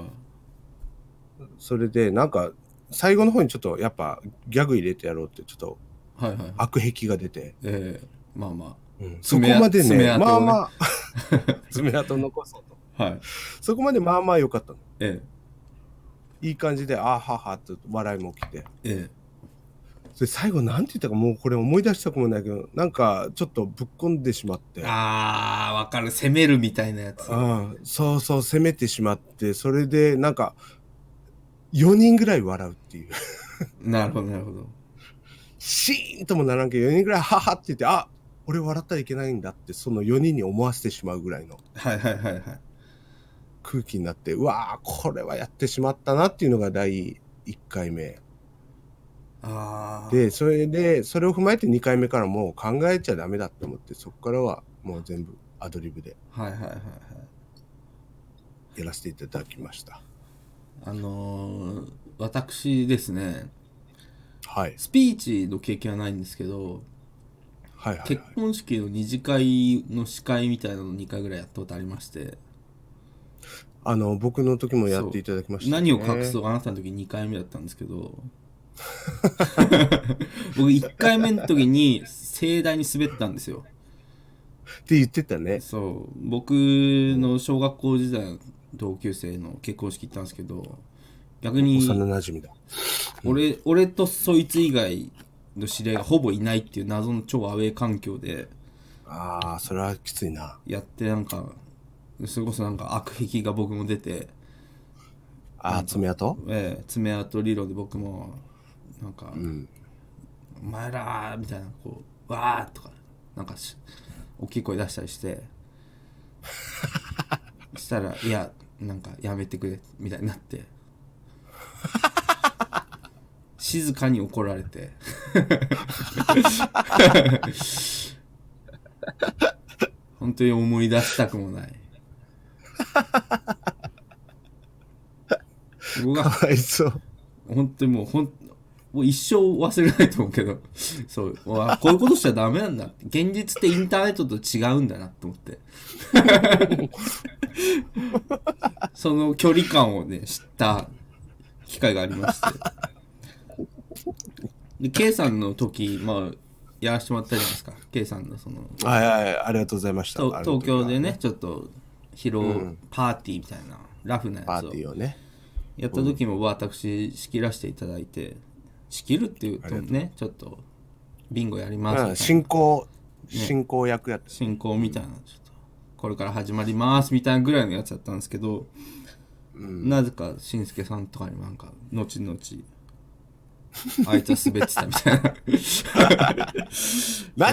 S2: それで、なんか、最後の方にちょっとやっぱギャグ入れてやろうって、ちょっと
S1: はいはい。
S2: 悪癖が出て、
S1: ええまあま
S2: そこまで
S1: 爪
S2: ね、
S1: 痕をね
S2: まあ まあ、爪痕残そうと。
S1: あ。はい。
S2: そこまでまあまあ良かったの。
S1: え
S2: いい感じで、あーはーはーって笑いも起きて。
S1: え。え
S2: それ最後なんて言ったかもうこれ思い出したくもないけど、なんかちょっとぶっこんでしまって
S1: え。。ああ、わかる。攻めるみたいなやつ。
S2: うん、そうそう、攻めてしまって、それで、なんか、4人ぐらい笑うっていう。
S1: なるほど、なるほど。
S2: シーンともならんけど、4人ぐらい、ははって言って、あ俺笑ったらいけないんだって、その4人に思わせてしまうぐらいの
S1: はいはいはいはい。
S2: 空気になって、うわー、これはやってしまったなっていうのが第1回目。
S1: ああ。
S2: で、それで、それを踏まえて2回目からもう考えちゃダメだって思って、そこからはもう全部アドリブで
S1: はいはいはいはい。
S2: やらせていただきました。
S1: あのー私ですね、
S2: はい。
S1: スピーチの経験はないんですけど、
S2: はいはい、
S1: 結
S2: はい。
S1: 婚式の二次会の司会みたいなの2回ぐらいやったことありまして、
S2: あの、僕の時もやっていただきました、
S1: 何を隠そう、あなたの時2回目だったんですけど、 僕1回目の時に盛大に滑ったんですよ。
S2: って言ってたね。
S1: そう僕の小学校時代の同級生の結婚式行ったんですけど逆に
S2: 幼馴染だ。
S1: 俺俺とそいつ以外の知り合いがほぼいないっていう謎の超アウェー環境で
S2: ああ、それはきついな。
S1: やってなんかそれこそなんか悪癖が僕も出て、
S2: ああ、爪痕
S1: ええ爪痕理論で僕もなんか「
S2: うん。
S1: お前ら!」みたいなこう「わー!」とかなんかし大きい声出したりして したら「いやなんかやめてくれ」みたいになって静かに怒られて 本当に思い出したくもない 僕が
S2: かわいそう。
S1: 本当にもうほんもう一生忘れないと思うけど そううわこういうことしちゃダメなんだって現実ってインターネットと違うんだなと思って その距離感をね知った機会がありましてで K さんの時まあやらせてもらったじゃないですか K さんのその
S2: はいはい、ありがとうございました。
S1: と
S2: あの
S1: 東
S2: 時は
S1: 京でねちょっと披露パーティーみたいな、ラフな
S2: パ
S1: やつ
S2: ー
S1: を
S2: ティーをね。
S1: やった時も私仕切らせていただいて仕切るっていうとねちょっとビンゴやりますみたい
S2: うん、
S1: な
S2: 進行、進行役やって。
S1: 進行みたいなちょっとこれから始まりますみたいなぐらいのやつだったんですけど、
S2: うん。
S1: なぜかしんすけさんとかになんか後々あいつは滑ってたみたいな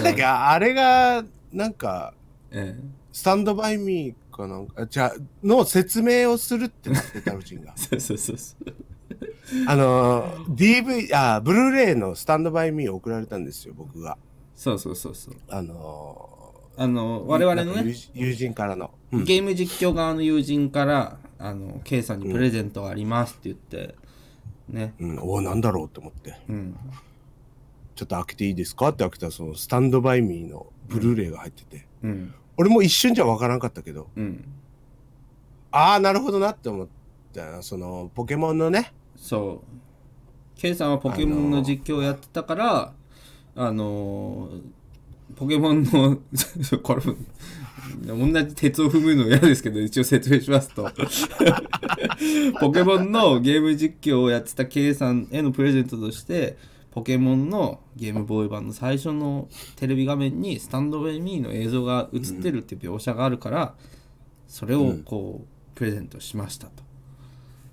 S2: なんだっけ、あれが、なんか、
S1: ええ。
S2: スタンドバイミーかなんか、あじゃあの説明をするってなって、タロチンが
S1: そうそうそうそう
S2: あのー、DV、あ、ブルーレイのスタンドバイミーを送られたんですよ、僕が。
S1: そうそうそうそう
S2: あの
S1: あの
S2: ー、
S1: 我々の
S2: なんか友
S1: ね
S2: 人友人からの。うん
S1: ゲーム実況側の友人からあの K さんにプレゼントがありますって言って、ね
S2: うん、おお、なんだろうと思って。
S1: うん
S2: ちょっと開けていいですかって開けたら、そのスタンドバイミーのブルーレイが入ってて。
S1: うん
S2: 俺も一瞬じゃわからんかったけど、
S1: うん
S2: ああ、なるほどなって思ったよなその、ポケモンのね、
S1: そう K さんはポケモンの実況をやってたからあのーポケモンの これも同じ鉄を踏むの嫌ですけど一応説明します とポケモンのゲーム実況をやってた K さんへのプレゼントとしてポケモンのゲームボーイ版の最初のテレビ画面にスタンドバイミーの映像が映ってるっていう描写があるから、それをこうプレゼントしましたと。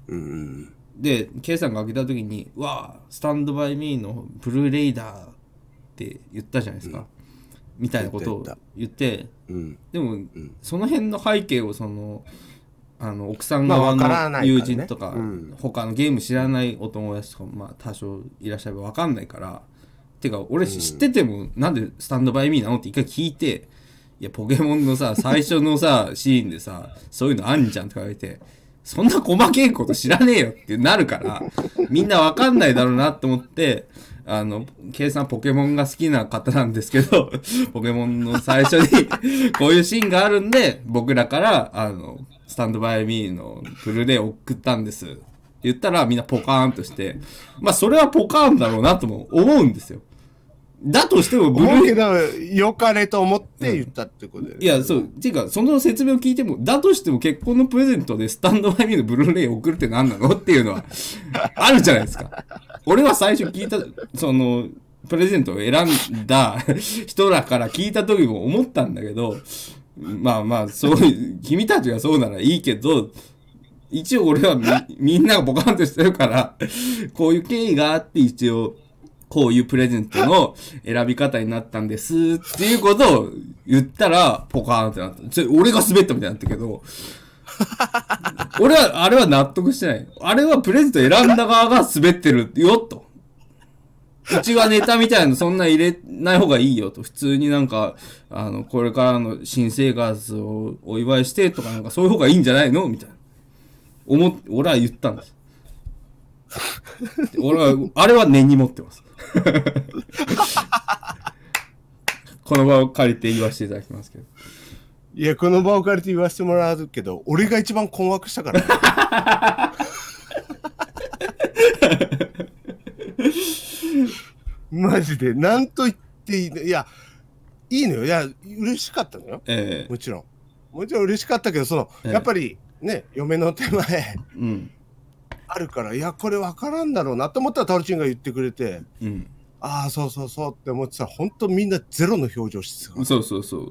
S2: うんうん、
S1: で K さんが開けた時に「うわあスタンドバイミーのブルーレイダー」って言ったじゃないですか、みたいなことを言って
S2: うん、
S1: でも、その辺の背景をそのあの奥さん
S2: まあ
S1: 側
S2: わから
S1: の
S2: ないから
S1: 友
S2: ね
S1: 人とか,、
S2: うん
S1: 他のゲーム知らないお友達とか、まあ、多少いらっしゃれば分かんないからてか俺知ってても、なんでスタンドバイミーなのって一回聞いていやポケモンのさ最初のさシーンでさそういうのあんじゃんとか言われてそんな細けいこと知らねえよってなるからみんな分かんないだろうなと思って。あの、計算ポケモンが好きな方なんですけど、ポケモンの最初に こういうシーンがあるんで、僕らから、あの、スタンドバイミーのブルーレイ送ったんです。言ったらみんなポカーンとして、まあそれはポカーンだろうなとも思うんですよ。だとしてもブル
S2: 思
S1: ー
S2: う
S1: レイ
S2: け、ど、良かれと思って言ったってことだよ
S1: い
S2: ね。
S1: や、そう、っていうか、その説明を聞いても、だとしても結婚のプレゼントでスタンドバイミーのブルーレイ送るって何なのっていうのは、 あるじゃないですか。俺は最初聞いた、その、プレゼントを選んだ 人らから聞いた時も思ったんだけど、まあまあ、そういう、君たちがそうならいいけど、一応俺はみみんながボカンとしてるから、こういう経緯があって一応、こういうプレゼントの選び方になったんですっていうことを言ったら、ポカーンってなった。ちょ俺が滑ったみたいになったけど、俺は、あれは納得してない。あれはプレゼント選んだ側が滑ってるよ、と。うちはネタみたいなのそんな入れない方がいいよと。普通になんか、あの、これからの新生活をお祝いしてとかなんかそういう方がいいんじゃないのみたいな。思っ、俺は言ったんです。で俺は、あれは根に持ってます。 この場を借りて言わせていただきますけど。
S2: いや、この場を借りて言わせてもらうけど、俺が一番困惑したからね。 マジで、なんと言っていいのいや、いいのよ。いや、嬉しかったのよ。
S1: ええ
S2: もちろん。もちろん嬉しかったけど、その、
S1: ええ
S2: やっぱりね、嫁の手前
S1: うん。
S2: あるから、いや、これ分からんだろうなと思ったら、タルチンが言ってくれて、
S1: うん。
S2: ああ、そうそうそうって思ってたら、本当みんなゼロの表情してたから
S1: そうそうそう。そう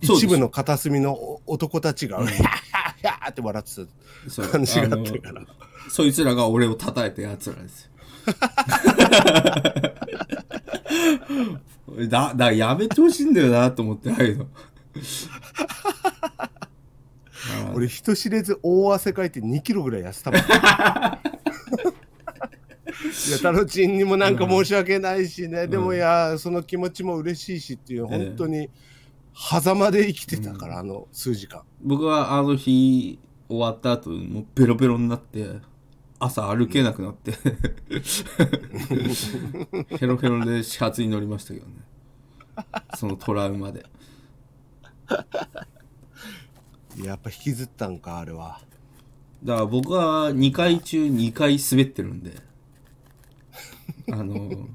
S1: です
S2: 一部の片隅のお男たちが、うわーやーって笑って
S1: そう
S2: た感じがあ
S1: あ
S2: っ
S1: の
S2: たから。
S1: そいつらが俺を叩いたやつらですよ。 だ、だ、やめてほしいんだよなと思って、ああいうの。あ
S2: 俺、人知れず大汗かいて2キロぐらい痩せた もん。いや、タロチンにもなんか申し訳ないしね、でもいや、その気持ちも嬉しいしっていう、
S1: ええ
S2: 本当に、狭間で生きてたから、あの数時間。
S1: 僕はあの日終わった後、もうベロベロになって、朝歩けなくなって、ヘロヘロで始発に乗りましたけどね。そのトラウマで。
S2: いややっぱ引きずったんか、あれは。
S1: だから僕は2回中2回滑ってるんで、あの、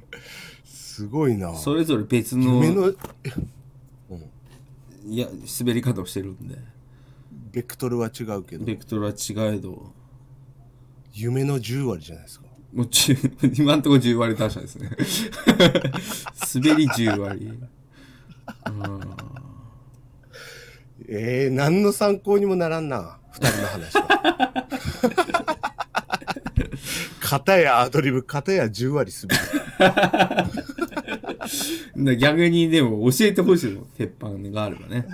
S2: すごいな。
S1: それぞれ別の
S2: 夢の
S1: いや滑り方をしてるんで
S2: ベクトルは違うけど、
S1: ベクトルは違えど
S2: 夢の10割じゃないですか。
S1: もう10今んところ10割達者ですね滑り10割
S2: いえー、何の参考にもならんな、二人の話は。 片やアドリブ、片や10割すべて。
S1: な逆にでも教えてほしいの鉄板があればね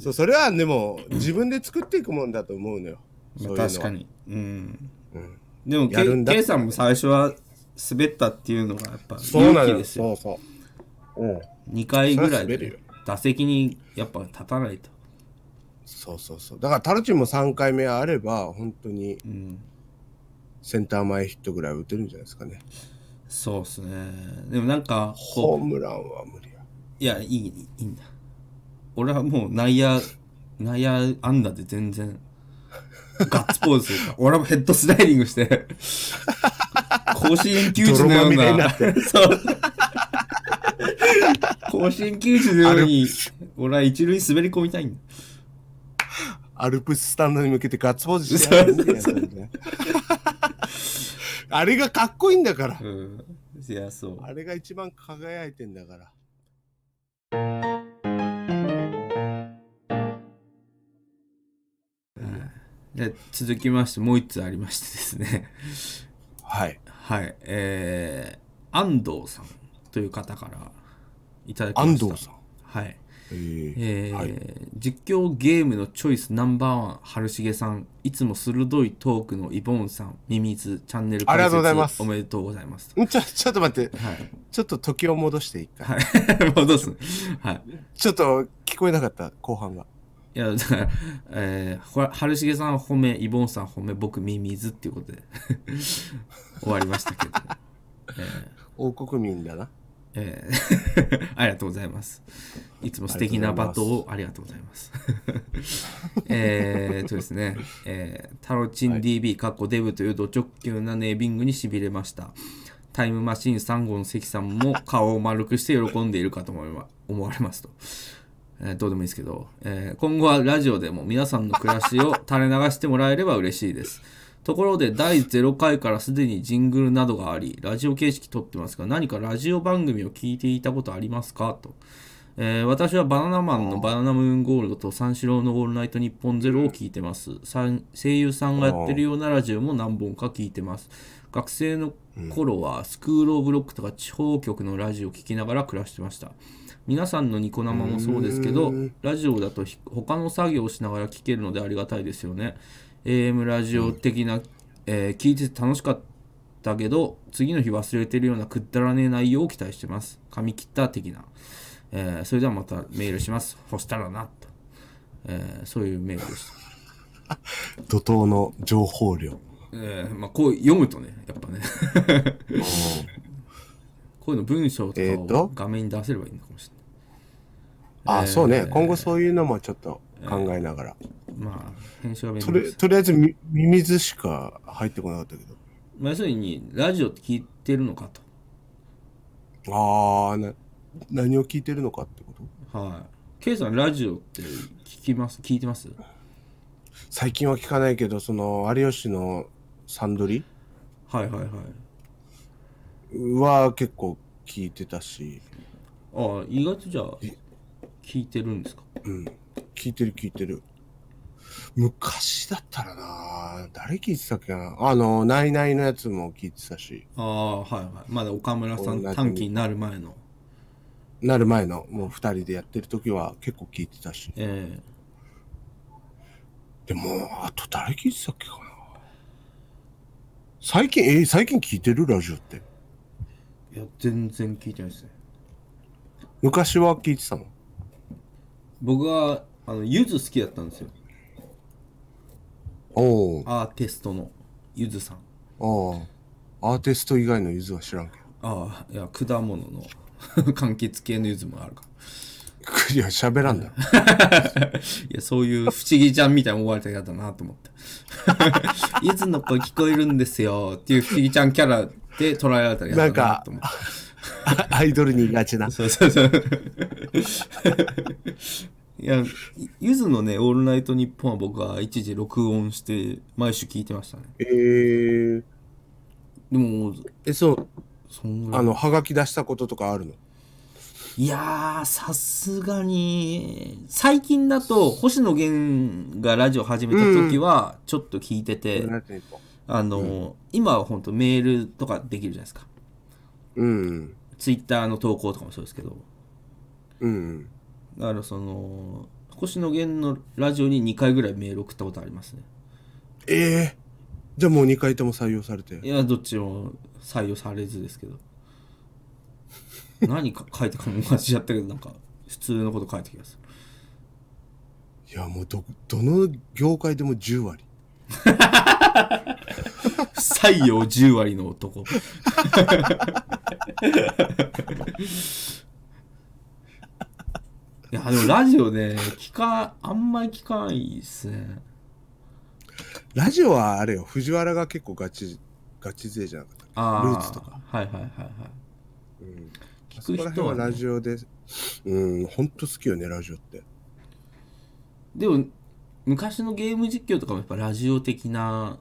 S2: そう、それはでも、自分で作っていくもんだと思うのよ。
S1: ま あ
S2: そういうのは
S1: 確か。にうん
S2: うん
S1: でも
S2: やるんだ
S1: K, K さんも最初は滑ったっていうのがやっぱ
S2: そう
S1: 勇
S2: なの
S1: 気
S2: よ。
S1: ですよ
S2: そうそう。うん。
S1: 2回ぐら
S2: そ
S1: い
S2: りゃ滑るよ
S1: で打席にやっぱ立たないと、
S2: そうそうそう。だから、タルチンも3回目あれば、本当に
S1: うん、
S2: センター前ヒットぐらい打てるんじゃないですかね。
S1: そうっすねでもなんか
S2: ホ
S1: こ
S2: ームランは無理や。
S1: ういやいいいいんだ俺はもう内野内野安打で全然ガッツポーズするか ら俺もヘッドスライディングして甲子園球児のよう
S2: 泥まみれ
S1: な
S2: になっ
S1: そう甲子園球児のように俺は一塁滑り込みたいんだ
S2: アルプススタンドに向けてガッツポーズしてやるんだよ
S1: そ
S2: それねあれがかっこいいんだから。
S1: うんいやそう
S2: あれが一番輝いてんだから。
S1: で続きましてもう一つありましてですね
S2: はい。
S1: はいえー、安藤さんという方からいただきま
S2: 安
S1: した
S2: 藤さん。
S1: はい
S2: えー
S1: えー
S2: はい
S1: 実況ゲームのチョイスナンバーワン春重さんいつも鋭いトークのイボーンさんミミズチャンネル
S2: ありがとうございます
S1: おめでとうございます
S2: んちょ、ちょっと待って。
S1: はい
S2: ちょっと時を戻して一回。
S1: はい 戻すはい
S2: ちょっと聞こえなかった、後半が。
S1: いやだから、えー、ほら春重さん褒めイボンさん褒め僕ミミズっていうことで 終わりましたけど、
S2: 王国民だな。
S1: えー ありがとうございますいつも素敵な罵倒をありがとうございます えーとですね、えータロチン DB かっこデブというド直球なネービングにしびれましたタイムマシーン3号の関さんも顔を丸くして喜んでいるかと思いま思われますとえーどうでもいいですけど、えー今後はラジオでも皆さんの暮らしを垂れ流してもらえれば嬉しいです。ところで、第0回からすでにジングルなどがあり、ラジオ形式撮ってますが、何かラジオ番組を聞いていたことありますかと。えー私はバナナマンのバナナムーンゴールドと三四郎のオールナイトニッポンゼロを聞いてます。さん声優さんがやってるようなラジオも何本か聞いてます。学生の頃はスクールオブロックとか地方局のラジオを聞きながら暮らしてました。皆さんのニコ生もそうですけど、ラジオだとひ他の作業をしながら聞けるのでありがたいですよね。AM ラジオ的な、えー聞いてて楽しかったけど、次の日忘れてるようなくだらねえ内容を期待してます。髪切った的な。えーそれではまたメールします。ほしたらな、と。えーそういうメールでした。
S2: 怒涛の情報量。
S1: えーまあ、こう読むとね、やっぱね。 こういうの文章と
S2: えー
S1: かを
S2: と
S1: 画面に出せればいいのかもし
S2: あ、そうね。今後そういうのもちょっと考えながら。
S1: れない。まあ、編集が便
S2: と
S1: 利で
S2: り
S1: す。
S2: とりあえずみ、ミミズしか入ってこなかったけど。
S1: まあ、要するに、ラジオって聞いてるのか
S2: ああ、な、何を聞いてるのかってこと
S1: と。はい。ケイさん、ラジオって聞きます聞いてます
S2: 最近は聞かないけど、その、有吉のサンドリ
S1: はいはいはい。
S2: は結構聞いてたし、
S1: ああ、意外とじゃあ、聞いてるんですか
S2: 聞いてる聞いてる。昔だったらな誰聞いてたっけなあの、ナイナイのやつも聞いてたし、
S1: ああ、はいはい。まだ岡村さん
S2: 同じ
S1: 短期になる前の。
S2: なる前の、もう二人でやってる時は結構聞いてたし。
S1: ええ
S2: でも、あと誰聞いてたっけかな最近、えー最近聞いてるラジオって。
S1: いや、全然聞いてないですね。
S2: 昔は聞いてたの
S1: 僕は、あの、ゆず好きだったんですよ。
S2: おう
S1: アーティストのゆずさん。
S2: おうアーティスト以外のゆずは知らんけど。
S1: ああ、いや、果物の 柑橘系のゆずもあるから。
S2: いや、喋らん だろ。
S1: いや、そういう不思議ちゃんみたいに思われたら嫌だなと思って。ゆずの声聞こえるんですよっていう不思議ちゃんキャラで捉えられたら嫌だなと思って。
S2: アイドルにいがちな。
S1: そうそうそう。いや、ゆずのね、オールナイトニッポンは僕は一時録音して、毎週聞いてましたね。
S2: えー、
S1: でも、
S2: え、そう、
S1: そんぐらい。
S2: あの、はがき出したこととかあるの
S1: いやー、さすがに、最近だと、星野源がラジオ始めた時は、ちょっと聞いてて、
S2: なっていこ
S1: あの、今は本当メールとかできるじゃないですか。
S2: ううん。
S1: ツイッターの投稿とかもそうですけど、
S2: うん。
S1: だからその、星野源のラジオに2回ぐらいメール送ったことありますね。
S2: ええじゃあもう2回とも採用されて
S1: い。や、どっちも採用されずですけど。何か書いてかも同じやったけど、なんか、普通のこと書いてきまする。
S2: いや、もうど、どの業界でも10割。
S1: 不採用10割の男。いや、でもラジオね、聞か、あんまり聞かないっすね。
S2: ラジオはあれよ、藤原が結構ガチ、ガチ勢じゃなかった。
S1: あ
S2: ルーツと
S1: か。はいはいはいはい。
S2: うん。あそ
S1: 聞
S2: こら
S1: く
S2: 辺
S1: 人
S2: は
S1: は、
S2: ラ
S1: ね、
S2: ジオで、うん、ほんと好きよね、ラジオって。
S1: でも、昔のゲーム実況とかもやっぱラジオ的な、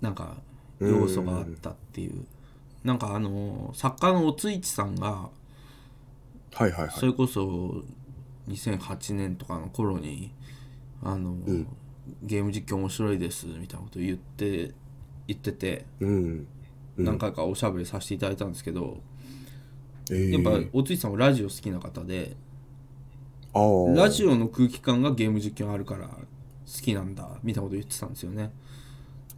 S1: なんか、要素があったっていう。なんかあの、作家のおついちさんが、
S2: はいはいは
S1: それこそ2008年とかの頃にあの、
S2: ん
S1: ゲーム実況面白いですみたいなこと言って言ってて
S2: い。うん。うん
S1: 何回かおしゃべりさせていただいたんですけど、
S2: ええ
S1: やっぱおついさんはラジオ好きな方で、
S2: ああ。
S1: ラジオの空気感がゲーム実況あるから好きなんだみたいなこと言ってたんですよね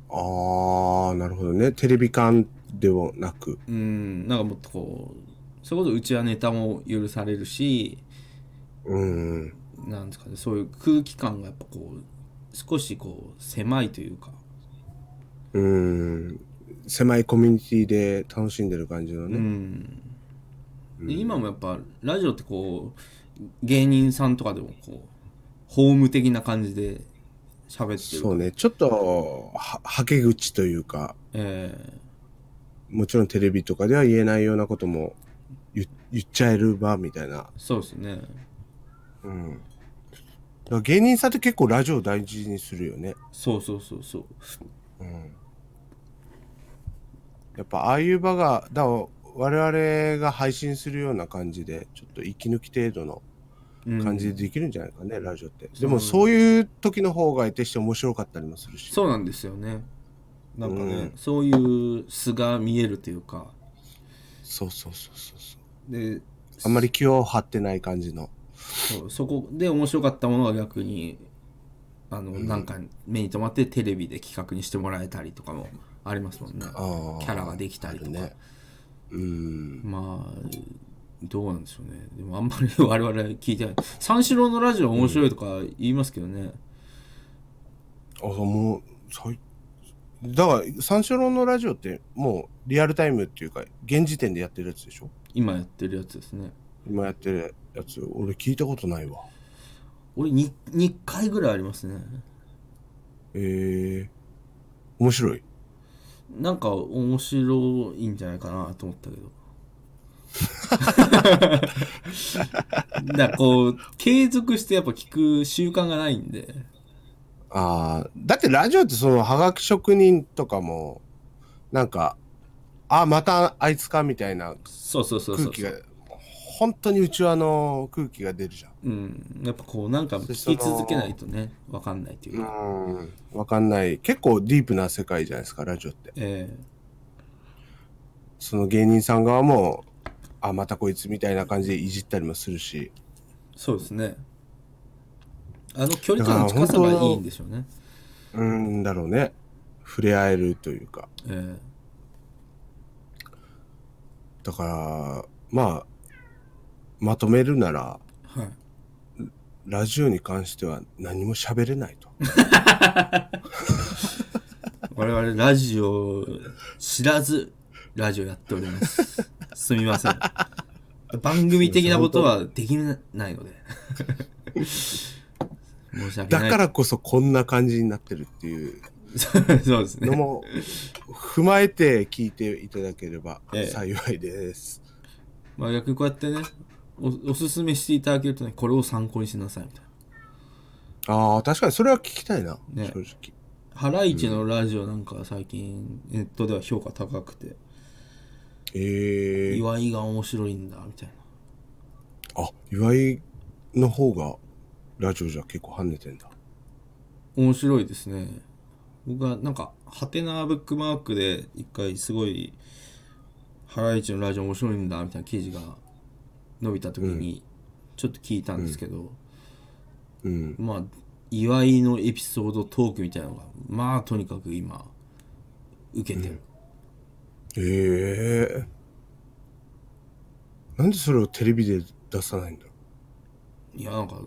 S2: ああ、なるほどね。テレビ感ではなく。
S1: うんなんかもっとこうそれこそうちはネタも許されるし
S2: うん。
S1: なんですかねそういう空気感がやっぱこう少しこう狭いというか
S2: うん。狭いコミュニティで楽しんでる感じの
S1: う
S2: ね。
S1: ん、で今もやっぱラジオってこう芸人さんとかでもこうホーム的な感じで喋ってる
S2: そうね。ちょっと、は、はけ口というか、
S1: え
S2: もちろんテレビとかでは言えないようなことも言言っちゃえる場みたいな。
S1: ーそうですね
S2: うん。だから芸人さんって結構ラジオ大事にするよね。
S1: そうそうそうそう
S2: うん。やっぱああいう場が、だから我々が配信するような感じで、ちょっと息抜き程度の
S1: うん
S2: 感じでできるんじゃないかね、ラジオって。
S1: そう
S2: でもそういう時の方が得てして面白かったりもするし。
S1: そうなんですよねなんかね、
S2: うん
S1: そういう素が見えるというか
S2: そうそうそうそうそう。
S1: で
S2: あんまり気を張ってない感じの。
S1: そうそこで面白かったものが逆にあの、なんか目に留まってテレビで企画にしてもらえたりとかもありますもんね
S2: あー
S1: キャラができたりとか、
S2: ね。うん。
S1: まあどうなんでしょうねでもあんまり 我々聞いてない三四郎のラジオ面白いとか言いますけどね、
S2: あ、そうもう、最だから、三四郎のラジオって、もう、リアルタイムっていうか、現時点でやってるやつでしょ
S1: 今やってるやつですね
S2: 今やってるやつ、俺聞いたことないわ。
S1: 俺 2, 2回ぐらいありますね
S2: ええ面白い。
S1: なんか面白いんじゃないかなと思ったけ どだからこう継続してやっぱ聞く習慣がないんで
S2: ああ、だってラジオってその、はがき職人とかも、なんか、あ、またあいつかみたいな
S1: そうそうそうそう
S2: 空気が、本当にうちわの空気が出るじゃん。
S1: うん、やっぱこうなんか聞き続けないとねわかんないというか、
S2: うん。わかんない。結構ディープな世界じゃないですか、ラジオって。
S1: ええ
S2: その芸人さん側も、あ、またこいつみたいな感じでいじったりもするし。
S1: そうですね。あの距離感の近さがいいんでしょうね。
S2: うんだろうね。触れ合えるというか。
S1: え
S2: だから、まあ、まとめるなら、
S1: えはい。
S2: ラジオに関しては何も喋れないと。
S1: 我々ラジオ知らずラジオやっており ます。すみません。番組的なことはできないので。 申し訳
S2: だ
S1: ない。
S2: からこそこんな感じになってるっていう
S1: そうです
S2: の
S1: ね。
S2: も踏まえて聞いていただければ
S1: ええ
S2: 幸いです。
S1: まあ逆にこうやってねお、おすすめしていただけるとね、これを参考にしなさいみたいな。
S2: ああ、確かにそれは聞きたいな、
S1: ね
S2: 正直。
S1: ハライチのラジオなんかは最近ネットでは評価高くて、
S2: ええ
S1: 岩井が面白いんだみたいな。
S2: あ、岩井の方が、ラジオじゃ結構跳ねてんだ。
S1: 面白いですね僕はなんかハテナブックマークで一回すごいハライチのラジオ面白いんだみたいな記事が伸びた時にちょっと聞いたんですけど、
S2: うん。
S1: まあ岩井のエピソードトークみたいなのがまあとにかく今受けてる、
S2: ええなんでそれをテレビで出さないんだろ
S1: いやなんか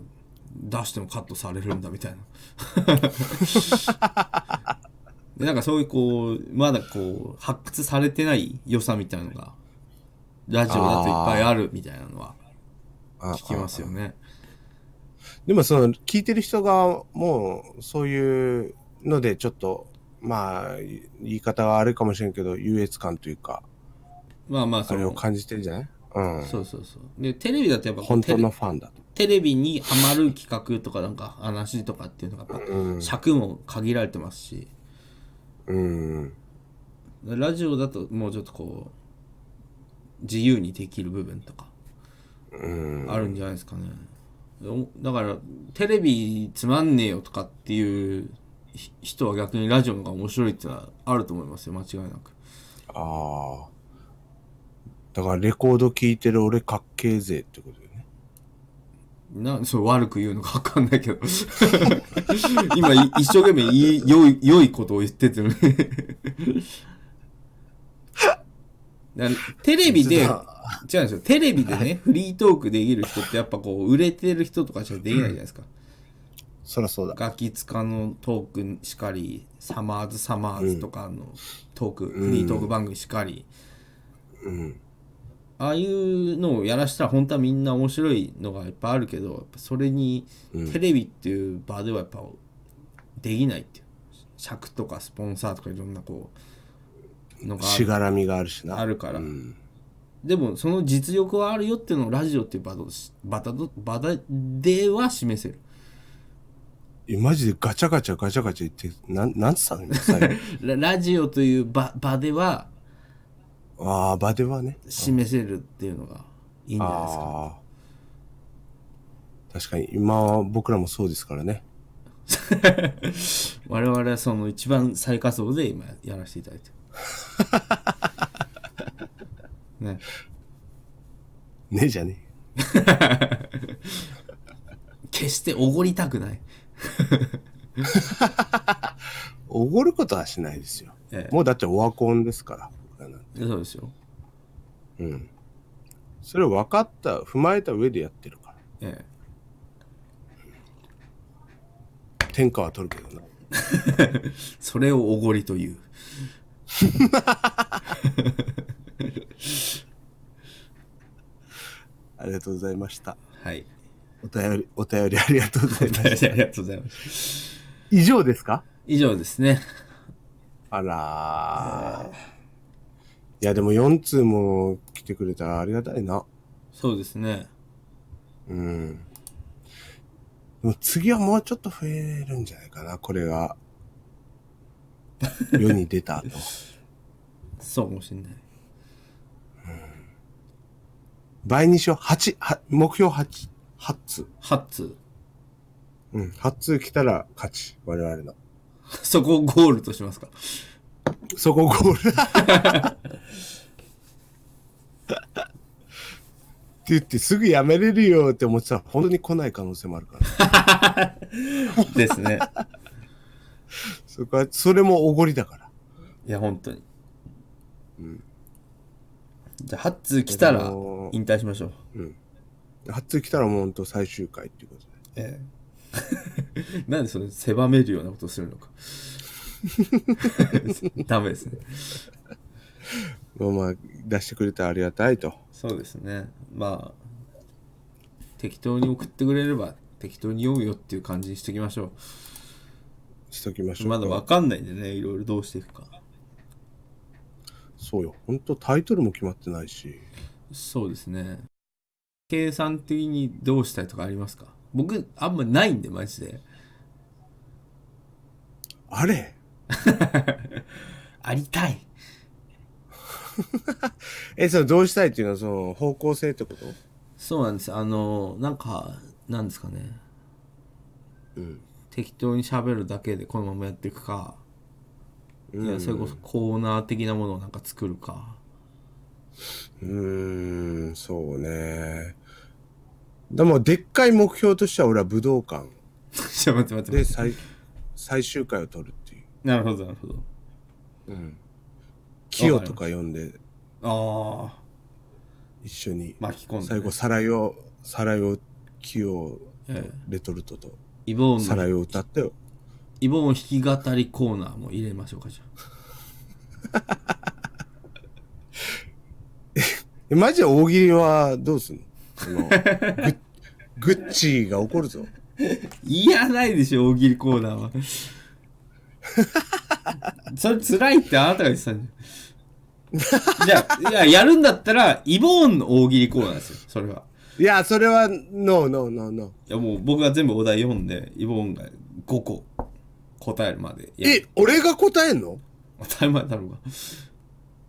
S1: 出してもカットされるんだみたいな でなんかそういうこうまだこう発掘されてない良さみたいなのがラジオだといっぱいあるみたいなのは
S2: う。あ
S1: 聞きますよね
S2: でもその聞いてる人がもうそういうのでちょっとまあい言い方はあれかもしれんけど優越感というか
S1: まあまあ
S2: そ
S1: そ
S2: れを
S1: の
S2: 感じてるんじゃないうん。
S1: そうそうそうでテレビだとやっぱこう
S2: 本
S1: テ
S2: 当
S1: レ
S2: のファンだと。
S1: テレビにハマる企画とかなんか話とかっていうのがやっ
S2: う
S1: ぱ
S2: ん
S1: 尺も限られてますし
S2: うん。
S1: ラジオだともうちょっとこう自由にできる部分とか
S2: うん。
S1: あるんじゃないですかね、おだからテレビつまんねえよとかっていうひ人は逆にラジオの方が面白いってのはあると思いますよ間違いなく
S2: ああ。だからレコード聞いてる俺かっけえぜってことよね。
S1: なそう悪く言うのか分かんないけど 今い一生懸命いい良い良いことを言っててるね だからテレビで違
S2: 実
S1: うんですよテレビでねフリートークできる人ってやっぱこう売れてる人とかしかできないじゃないですか、
S2: そらそうだ。
S1: ガキツカのトークしかりサマーズサマーズとかのトーク、フリートーク番組しかり、
S2: うん。
S1: ああいうのをやらしたら本当はみんな面白いのがいっぱいあるけどやっぱそれにテレビっていう場ではやっぱできないっていう尺とかスポンサーとかいろんなこうのがあ
S2: し
S1: る
S2: がらみがあるしな。
S1: あるから、
S2: うん。
S1: でもその実力はあるよっていうのをラジオっていう場とし場だと場だでは示せる
S2: えマジでガチャガチャガチャガチャ言って、なん、なんつったの今 最後
S1: ララジオという場場では
S2: ああ、場ではね。
S1: 示せるっていうのがいいんじゃないですか。
S2: あー確かに今は僕らもそうですからね
S1: 我々はその一番最下層で今やらせていただいて る。ね、
S2: ねえじゃね
S1: 決しておごりたくない。
S2: えおごることはしないですよ、
S1: え
S2: もうだってオワコンですから僕らなんて
S1: そうですよ。
S2: うんそれを分かった踏まえた上でやってるから
S1: ええ、
S2: 天下は取るけどな
S1: それをおごりという。
S2: ありがとうございました
S1: はい。
S2: お便りお便りありがとうございま
S1: あ
S2: す
S1: りがとうございます。
S2: 以上ですか
S1: 以上ですね。
S2: あらーいやでも4通も来てくれたらありがたいな
S1: そうですね。
S2: うん。でも次はもうちょっと増えるんじゃないかな、これが。世に出た後。
S1: そうかもしれない。
S2: 倍にしよう。8、は目標8、8通。
S1: ハッツ。
S2: うん。8通来たら勝ち。我々の。
S1: そこをゴールとしますか。
S2: そこゴール。って言ってすぐやめれるよって思ってたら本当に来ない可能性もあるから。
S1: ですね。
S2: そこは、それもおごりだから。
S1: いや、本当に。じゃあ、ハッツ来た
S2: あ
S1: ら
S2: のー
S1: 引退しましょう。
S2: 8通来たらもう本当最終回っていうことで。
S1: ええ。 なんでそれ狭めるようなことをするのか。 ダメですね。
S2: まあまあ、出してくれたらありがたいと。
S1: そうですね。まあ、適当に送ってくれれば適当に読むよっていう感じにしておきましょ
S2: しときましょ
S1: う。
S2: うか。
S1: まだわかんないんでね、いろいろどうしていくか。
S2: そうよ。ほんとタイトルも決まってないし。
S1: そうですね。計算的にどうしたいとかありますか僕、あんまないんで、マジで。
S2: あれ
S1: ありたい。
S2: え、そのどうしたいっていうのはその方向性ってこと
S1: そうなんですあのなんかなんですかね
S2: うん。
S1: 適当に喋るだけでこのままやっていくか、いやそれこそコーナー的なものをなんか作るか
S2: うーん、そうね。でも、でっかい目標としては、俺は武道館
S1: ちょっと待って待って
S2: で
S1: 待っ
S2: 最最終回を取るっていう。
S1: てなるほどなるほど
S2: うん。キヨとか呼んで、
S1: ああ
S2: 一緒に、
S1: 巻き込んで、ね、
S2: 最後、サライを、サライを、キヨ、
S1: ええ
S2: レトルトと、
S1: イボー
S2: サ
S1: ンの
S2: ライを歌ってよ。
S1: イボーン弾き語りコーナーも入れましょうかじゃあ
S2: え、マジで大喜利はどうすんのそのグッグッチーが怒るぞ。
S1: いやないでしょ大喜利コーナーは それ辛いってあなたが言ってたんじゃんじゃあいややるんだったらイボーンの大喜利コーナーですよそれはい
S2: や、それは、ノーノーノーノー。
S1: いやもう僕が全部お題読んでイボーンが5個答えるまでやる
S2: え、俺が答えんの
S1: 当たり前だろうが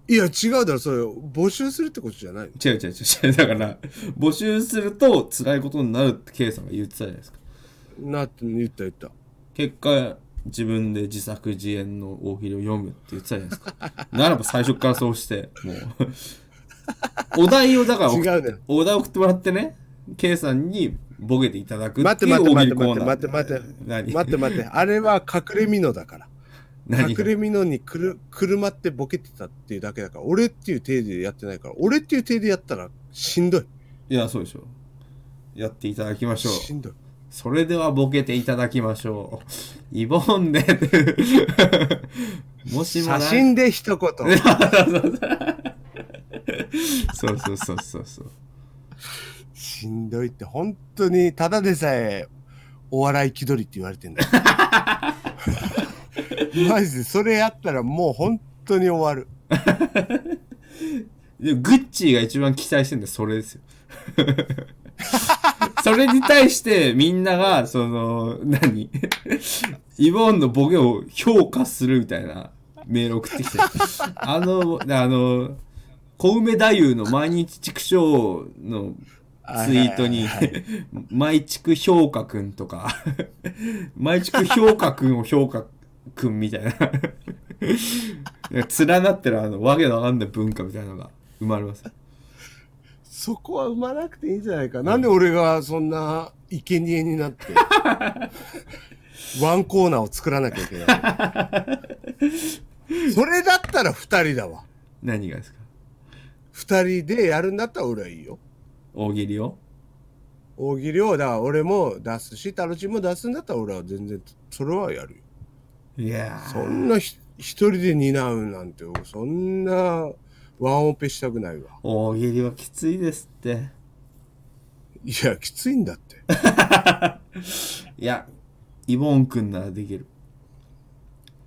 S2: いや、違うだろ、それ、募集するってことじゃないの
S1: 違う違う違う違うだから募集すると辛いことになるって K さんが言ってたじゃないですか
S2: なって言った言った。
S1: 結果自分で自作自演の大喜利を読むって言ってたじゃないですかならば最初からそうしてもうお題をだから送っ
S2: 違うね
S1: お題を送ってもらってね K さんにボケていただく
S2: 待っ
S1: ってていう
S2: 待って
S1: 大喜
S2: 待っ
S1: 利コー
S2: て待っ
S1: ナー
S2: て待って待って
S1: 何
S2: 待っ て待って。あれは隠れミノだから。
S1: 何
S2: 隠れミノにくる、車ってボケてたっていうだけだから、俺っていう体でやってないから、俺っていう体でやったらしんどい。
S1: いやそうでしょやっていただきましょう
S2: しんどい。
S1: それではボケていただきましょうイボンでもしもな
S2: 写真で一言。
S1: そうそうそうそうそう
S2: しんどいって、本当に、ただでさえ、お笑い気取りって言われて んだよ。マジで、それやったらもう本当に終わる。
S1: でもグッチーが一番期待してるのはそれですよ。 それに対してみんなが、その、何イボーンのボケを評価するみたいなメール送ってきて。あの、あの、小梅太夫の毎日畜生のツイートに
S2: はいはいはい、
S1: 毎畜評価くんとか、 毎畜評価くんを評価くんみたいな。連なってるあの、わけのわかんない文化みたいなのが生まれます。
S2: そこは生まなくていいんじゃないか。なんで俺がそんな生贄になって、ワンコーナーを作らなきゃいけな いの。それだったら二人だわ。
S1: 何がですか
S2: 二人でやるんだったら俺はいいよ。
S1: 大喜利を
S2: 大喜利を、だから俺も出すし、タロチンも出すんだったら俺は全然、それはやるよ。
S1: いや
S2: そんなひ一人で担うなんて、そんなワンオペしたくないわ。
S1: 大喜利はきついですって。
S2: いや、きついんだって。
S1: いや、イボーンくんならできる。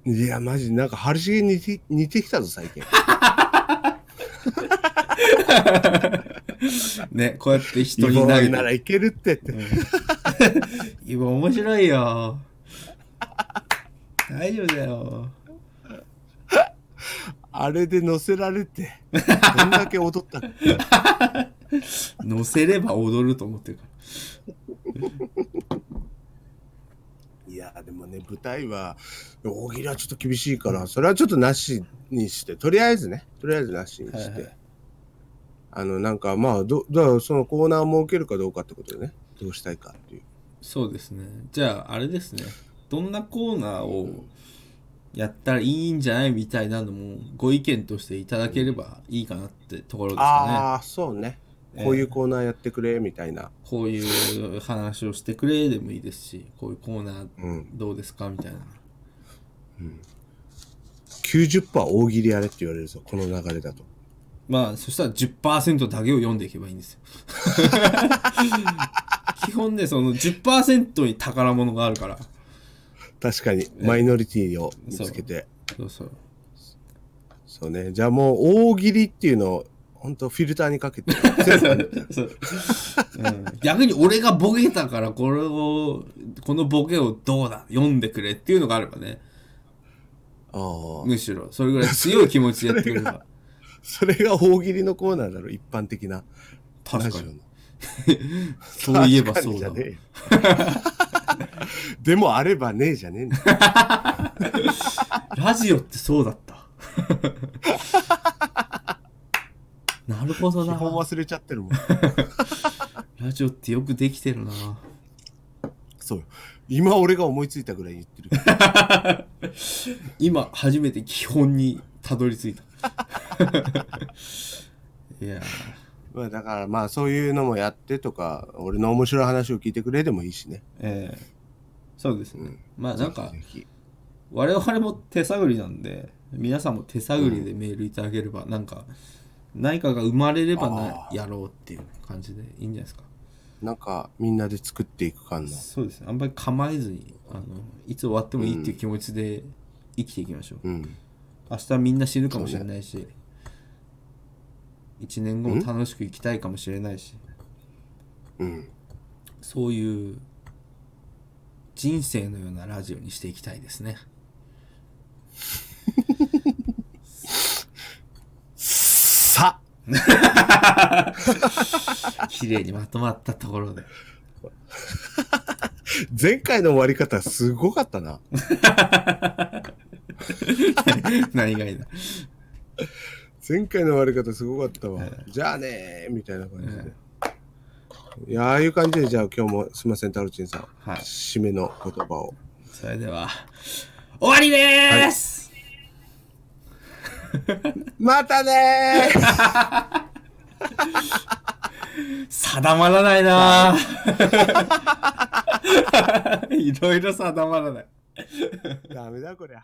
S2: いや、マジ、なんか、春重に似て似てきたぞ、最近。
S1: ね、こうやって人
S2: 人
S1: に
S2: に
S1: 投
S2: な
S1: げ
S2: な
S1: て。
S2: らいけるってって。
S1: イボーン面白いよ。大丈夫だよ。
S2: あれで乗せられて、どんだけ踊ったか。
S1: 乗せれば踊ると思ってるから。
S2: いや、でもね、舞台は、大喜利はちょっと厳しいから、それはちょっとなしにして、とりあえずね、とりあえずなしにして。
S1: はいはい
S2: あの、なんか、まあ、ど、だからそのコーナーを設けるかどうかってことでね、どうしたいかっていう。
S1: そうですね。じゃあ、あれですね。どんなコーナーをやったらいいんじゃないみたいなのも、ご意見としていただければいいかなってところですかね。
S2: ああ、そうね。
S1: ええ
S2: こういうコーナーやってくれ、みたいな。
S1: こういう話をしてくれでもいいですし、こういうコーナー
S2: うん。
S1: どうですかみたいな。
S2: 90%大喜利やれって言われるぞ、この流れだと。
S1: まあ、そしたら10%だけを読んでいけばいいんですよ。基本ね、その10%に宝物があるから。
S2: 確かに、マイノリティを見つけて。
S1: そうそう。
S2: そうね。じゃあもう大喜利っていうのを、本当フィルターに かけて。
S1: そううん逆に俺がボケたからこれをこのボケをどうだ読んでくれっていうのがあればね
S2: ああ。
S1: むしろそれぐらい強い気持ち でやってくれれば
S2: それが大喜利のコーナーだろ、一般的な。
S1: 確
S2: ラ
S1: か
S2: ジオ
S1: に
S2: の
S1: そういえばそうだ
S2: 確かにじゃねえよ でもあればねえじゃね えんだよ
S1: ラジオってそうだった なるほど
S2: 基
S1: な
S2: 本忘れちゃってるもん。
S1: ラジオってよくできてるな
S2: そうよ。今俺が思いついたぐらい言ってる。
S1: 今初めて基本にたどり着い たいやー
S2: まあだからまあそういうのもやってとか、俺の面白い話を聞いてくれでもいいしね。
S1: ええそうですね、まあなんか
S2: ぜひぜ
S1: 我々も手探りなんで皆さんも手探りでメールいただければ、なんか何かが生まれればな
S2: あ
S1: やろうっていう感じでいいんじゃないですか
S2: ひなんかみんなで作っていく感の。
S1: そうですねあんまり構えずにあのいつ終わってもいいっていう気持ちで生きていきましょう、
S2: うん。
S1: 明日みんな死ぬかもしれないし、1年後も楽しく生きたいかもしれないし
S2: うん。
S1: そういう人生のようなラジオにしていきたいですね
S2: さ
S1: 綺麗にまとまったとこ ろで
S2: 前回の終わり方すごかったな。
S1: 何がいいな
S2: 前回の終わり方すごかったわ。じゃあねーみたいな感じで。
S1: うん
S2: いやああいう感じでじゃあ今日もすいません、タロチンさん。
S1: はい
S2: 締めの言葉を。
S1: それでは終わりでーす、
S2: またねー
S1: 定まらないなー いろいろ定まらない
S2: ダメだこりゃ。